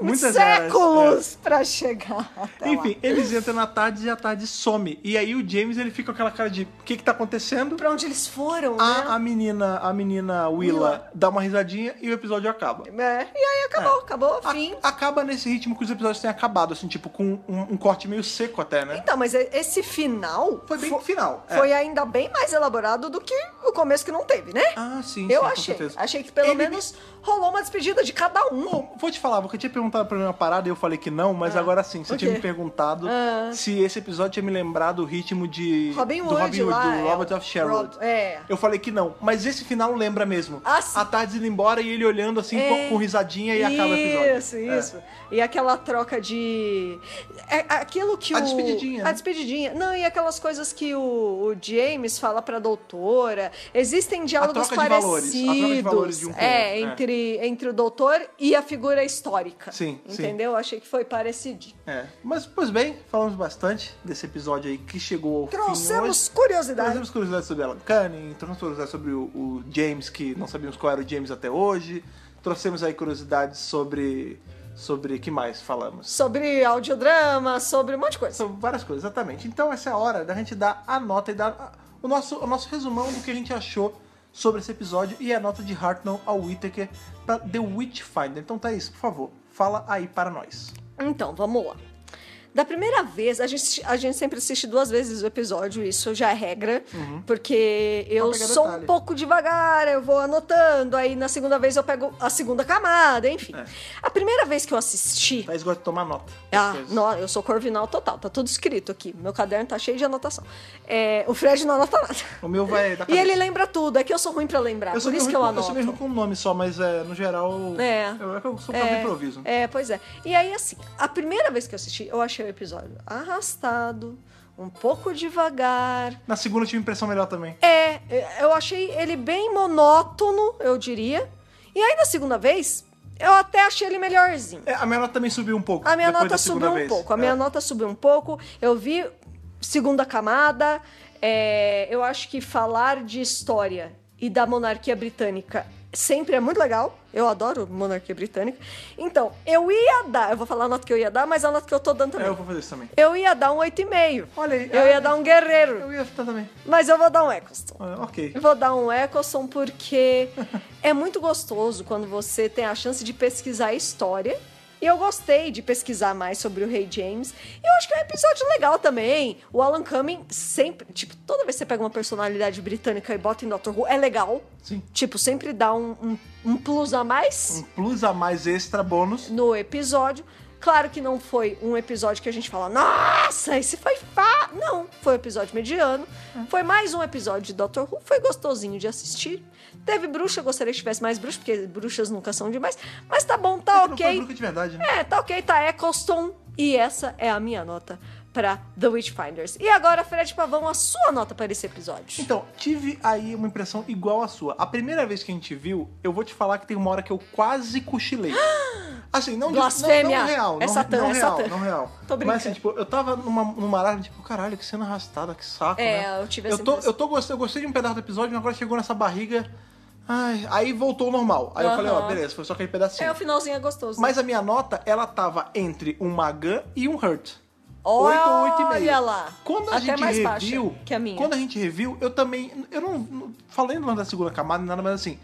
muitos Muitas horas, séculos pra chegar. até Tá lá. Enfim, eles entram na tarde e a tarde some. E aí o James ele fica com aquela cara de o que que tá acontecendo? Pra onde eles foram, A, né? a menina, a menina Willa, Willa. dá uma risadinha e o episódio acaba. É, e aí acabou, acabou, A- fim. acaba nesse ritmo que os episódios têm acabado, assim, tipo, com um, um corte meio seco até, né? Então, mas esse final Foi bem final. é. foi ainda bem mais elaborado do que o começo que não teve, né? Ah, sim, Eu sim, achei. com certeza. Achei que pelo Ele- menos rolou uma despedida de cada um. Bom, vou te falar, porque eu tinha perguntado pra mim uma parada e eu falei que não, mas agora sim, você o tinha quê? me perguntado Ah. se esse episódio tinha me lembrado o ritmo de Robin do Hood Robin Hood, lá, do é, Robert o of Sherwood. Rob- é. Eu falei que não, mas esse final lembra mesmo. Ah, sim. A tarde indo embora e ele olhando assim É. com, com risadinha e acaba o episódio. Isso, É. isso. E aquela troca de. É aquilo que A o. despedidinha, A né? despedidinha. Não, e aquelas coisas que o, o James fala pra doutora. Existem diálogos troca de valores, a parecidos. troca de valores de um com o é, outro, é. entre, entre o doutor e a figura histórica. Sim, sim. Entendeu? Achei que foi parecidinho. É. Mas, pois bem, falamos bastante desse episódio aí que chegou ao fim hoje. Trouxemos curiosidade. Trazemos curiosidades sobre Alan Canning, trouxemos curiosidades sobre o, o James, que não sabíamos qual era o James até hoje. Trouxemos aí curiosidades sobre. Sobre que mais falamos? Sobre audiodrama, sobre um monte de coisa. São várias coisas, exatamente. Então essa é a hora da gente dar a nota e dar o nosso, o nosso resumão do que a gente achou sobre esse episódio e a nota de Hartnell ao Whittaker para The Witchfinder. Então Thaís, por favor, fala aí para nós. Então, vamos lá. Da primeira vez, a gente, a gente sempre assiste duas vezes o episódio, isso já é regra, porque eu Uhum. pegar sou detalhe. um pouco devagar, eu vou anotando, aí na segunda vez eu pego a segunda camada, enfim. É. A primeira vez que eu assisti. Thaís gosta de tomar nota. Ah, Thaís. no- eu sou corvinal total, tá tudo escrito aqui. Meu caderno tá cheio de anotação. É, o Fred não anota nada. O meu vai da E cabeça. ele lembra tudo, é que eu sou ruim pra lembrar, eu sou por isso meio que eu ruim com- anoto. sou meio ruim com o nome só, mas é, no geral É. eu, eu sou um cara do improviso. É, pois é. E aí, assim, a primeira vez que eu assisti, eu achei o episódio arrastado, um pouco devagar. Na segunda eu tive impressão melhor também. É, eu achei ele bem monótono, eu diria. E aí, na segunda vez, eu até achei ele melhorzinho. É, a minha nota também subiu um pouco. A minha depois da nota segunda subiu um vez. pouco. A É. minha nota subiu um pouco. Eu vi segunda camada. é, eu acho que falar de história e da monarquia britânica sempre é muito legal. Eu adoro monarquia britânica. Então, eu ia dar. Eu vou falar a nota que eu ia dar, mas a nota que eu tô dando É, também. eu Eu, vou fazer isso também. ia dar um 8,5. Olha aí. Eu Ah, ia dar um guerreiro. Eu ia ficar também. Mas eu vou dar um Eccleston. Ah, Ok. Eu Vou dar um Eccleston porque é muito gostoso quando você tem a chance de pesquisar a história. E eu gostei de pesquisar mais sobre o Rei James. E eu acho que é um episódio legal também. O Alan Cumming sempre. Tipo, toda vez que você pega uma personalidade britânica e bota em Doctor Who, é legal. Sim. Tipo, sempre dá um, um, um plus a mais um plus a mais extra bônus. no episódio. Claro que não foi um episódio que a gente fala, nossa, esse foi fa. Não, foi um episódio mediano. Foi mais um episódio de Doctor Who, foi gostosinho de assistir. Teve bruxa, gostaria que tivesse mais bruxa, porque bruxas nunca são demais. Mas tá bom, É tá que Não foi ok. bruca de verdade, né? É, tá ok, tá Eccleston. E essa é a minha nota pra The Witchfinders. E agora, Fred Pavão, a sua nota para esse episódio. Então, tive aí uma impressão igual à sua. A primeira vez que a gente viu, eu vou te falar que tem uma hora que eu quase cochilei. Assim, não de- Blasfêmia! Não, não real, É não, Satã, não é real, Satã. não real. Tô brincando. Mas assim, tipo, eu tava numa, numa arara, tipo, caralho, que cena arrastada, que saco, É, né? eu tive eu essa tô, impressão. eu tô gostei, eu gostei de um pedaço do episódio, mas agora chegou nessa barriga. Ai, aí voltou ao normal. Aí eu Aham. falei, ó, beleza, foi só aquele pedacinho. É, o finalzinho é gostoso. Mas a minha nota, ela tava entre um Magan e um Hurt. Olha 8 ou 8,5. lá. Quando a Até gente mais baixa review. que a minha. Quando a gente review, eu também. Eu não. não falei no lance da segunda camada, nada, mas assim.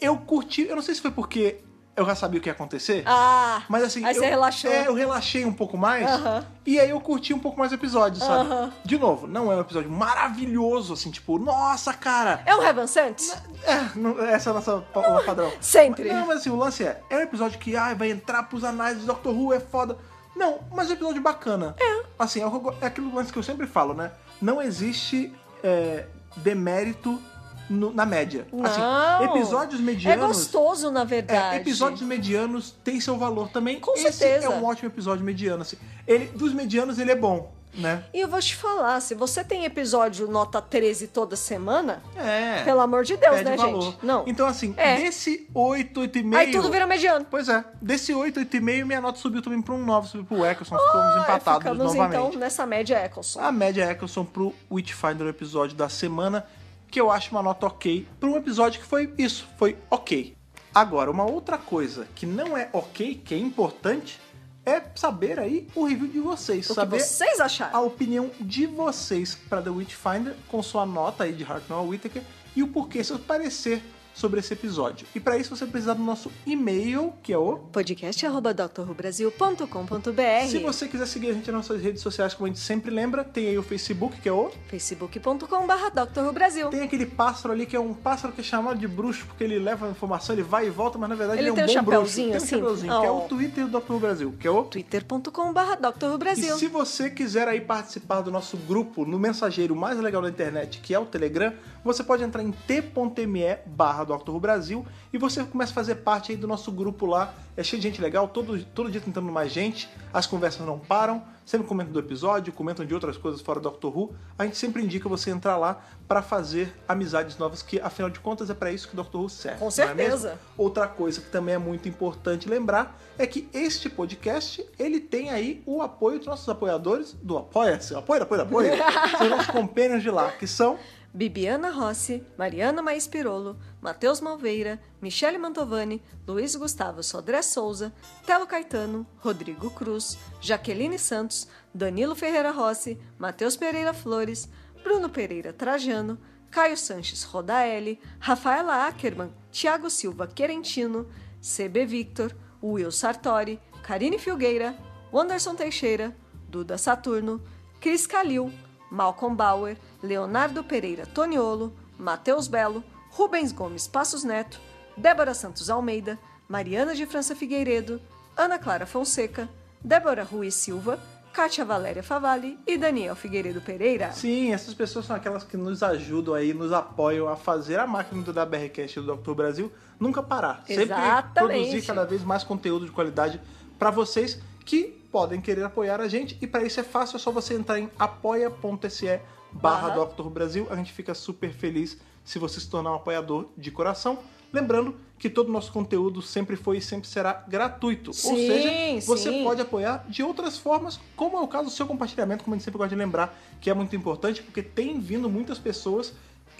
Eu curti. Eu não sei se foi porque eu já sabia o que ia acontecer. Ah, Mas assim, aí eu, você relaxou. É, eu relaxei um pouco mais. Aham. E aí eu curti um pouco mais o episódio, sabe? Aham. De novo, não é um episódio maravilhoso, assim, tipo, nossa, cara. É um Heaven Sent? É, não- essa é a nossa pa- o padrão. Ah, sempre. Mas- Não, mas assim, o lance é, é um episódio que ai, vai entrar pros anais do Doctor Who, é foda. Não, mas é um episódio bacana. É. Assim, é, o que eu go- é aquilo lance que eu sempre falo, né? Não existe é, demérito no- na média. Não. Assim, episódios É medianos... gostoso, na verdade. É, episódios medianos têm seu valor também. Com Esse certeza. é um ótimo episódio mediano. Assim. Ele, dos medianos, ele é bom, né? E eu vou te falar, se você tem episódio nota 13 toda semana, É. pelo amor de Deus, perde né, valor. gente? Não. Então, assim, É. desse 8, 8,5. Aí tudo vira mediano. Pois é, desse 8, 8,5, minha nota subiu também pra um 9, subiu pro Eccleston, ficamos empatados ficamos, novamente. Ah, então, nessa média Eccleston. A média é Eccleston pro Witchfinder o episódio da semana, que eu acho uma nota ok, pra um episódio que foi isso, foi ok. Agora, uma outra coisa que não é ok, que é importante, é saber aí o review de vocês. o saber que vocês acharam? a opinião de vocês para The Witchfinder, com sua nota aí de Hartnell Whittaker e o porquê, seu parecer sobre esse episódio. E para isso você precisa do nosso e-mail, que é o podcast.drrubrasil.com.br Se você quiser seguir a gente nas nossas redes sociais, como a gente sempre lembra, tem aí o Facebook, que é o. facebook.com.br drrubrasil Tem aquele pássaro ali que é um pássaro que é chamado de bruxo, porque ele leva a informação, ele vai e volta, mas na verdade Ele ele, é um tem um bom bruxo. chapeuzinho, Tem um assim? chapeuzinho, que é Oh. o Twitter do Dr. Brasil, que é o. twitter.com.br E drrubrasil se você quiser aí participar do nosso grupo no mensageiro mais legal da internet, que é o Telegram, você pode entrar em t.me barra Dr. Who Brasil e você começa a fazer parte aí do nosso grupo lá. É cheio de gente legal, todo, todo dia tentando mais gente, as conversas não param, sempre comentam do episódio, comentam de outras coisas fora do Dr. Who. A gente sempre indica você entrar lá para fazer amizades novas, que afinal de contas é para isso que o Dr. Who serve. Com não é mesmo? certeza. Outra coisa que também é muito importante lembrar é que este podcast ele tem aí o apoio dos nossos apoiadores do Apoia-se, apoia, apoia, apoia. são os nossos companheiros de lá, que são Bibiana Rossi, Mariana Maes Pirolo, Matheus Malveira, Michele Mantovani, Luiz Gustavo Sodré Souza, Telo Caetano, Rodrigo Cruz, Jaqueline Santos, Danilo Ferreira Rossi, Matheus Pereira Flores, Bruno Pereira Trajano, Caio Sanches Rodaelli, Rafaela Ackerman, Tiago Silva Querentino, CB Victor, Will Sartori, Karine Filgueira, Wanderson Teixeira, Duda Saturno, Cris Calil, Malcolm Bauer, Leonardo Pereira Toniolo, Matheus Belo, Rubens Gomes Passos Neto, Débora Santos Almeida, Mariana de França Figueiredo, Ana Clara Fonseca, Débora Ruiz Silva, Kátia Valéria Favalli e Daniel Figueiredo Pereira. Sim, essas pessoas são aquelas que nos ajudam aí, nos apoiam a fazer a máquina do WRCast e do Dr. Brasil nunca parar. Exatamente. Sempre produzir cada vez mais conteúdo de qualidade para vocês que podem querer apoiar a gente. E para isso é fácil, é só você entrar em apoia.se barra Barra. Dr. Brasil. A gente fica super feliz se você se tornar um apoiador de coração. Lembrando que todo o nosso conteúdo sempre foi e sempre será gratuito. Ou Sim, seja, você sim. pode pode apoiar de outras formas, como é o caso do seu compartilhamento, como a gente sempre gosta de lembrar, que é muito importante, porque tem vindo muitas pessoas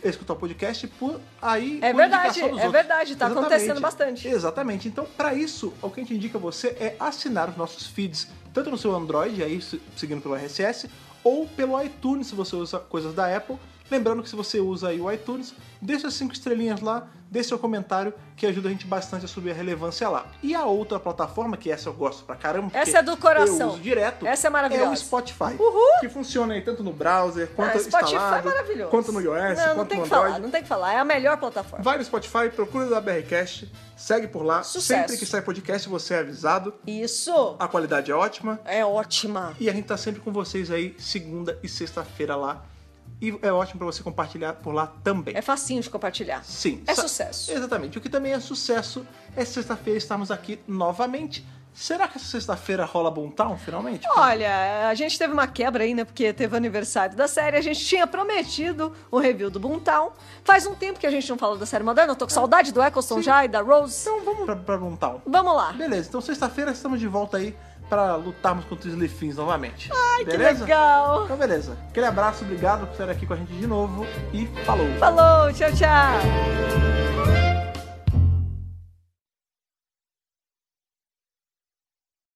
escutar o podcast por aí. É por verdade, indicação dos é outros. verdade, tá acontecendo bastante. Exatamente. Então, para isso, o que a gente indica a você é assinar os nossos feeds, tanto no seu Android, aí se- seguindo pelo RSS, ou pelo iTunes, se você usa coisas da Apple. Lembrando que se você usa aí o iTunes, deixa as cinco estrelinhas lá, deixa seu comentário, que ajuda a gente bastante a subir a relevância lá. E a outra plataforma, que essa eu gosto pra caramba, porque Essa é do coração. Eu uso direto. Essa é maravilhosa. É o Spotify. Uhul! Que funciona aí tanto no browser, quanto Ah, Spotify é instalado, maravilhoso. quanto no iOS, não, quanto não tem no que Android. falar, não tem que falar, é a melhor plataforma. Vai no Spotify, procura o WRCast, segue por lá. Sucesso. Sempre que sai podcast, você é avisado. Isso A qualidade é ótima. é ótima. E a gente tá sempre com vocês aí, segunda e sexta-feira lá. E é ótimo pra você compartilhar por lá também. É facinho de compartilhar. Sim. É sa- sucesso. Exatamente. O que também é sucesso é sexta-feira estarmos aqui novamente. Será que essa sexta-feira rola Boomtown, finalmente? Olha, a gente teve uma quebra aí, né? Porque teve o aniversário da série. A gente tinha prometido o review do Boomtown. Faz um tempo que a gente não fala da série moderna. Eu tô com saudade do Eccleston Sim. já e da Rose. Então vamos pra, pra Boomtown. Vamos lá. Beleza, então sexta-feira estamos de volta aí pra lutarmos contra os Lefins novamente. Ai, beleza? que legal. Então beleza. Aquele abraço, obrigado por estar aqui com a gente de novo e falou! Falou, tchau, tchau.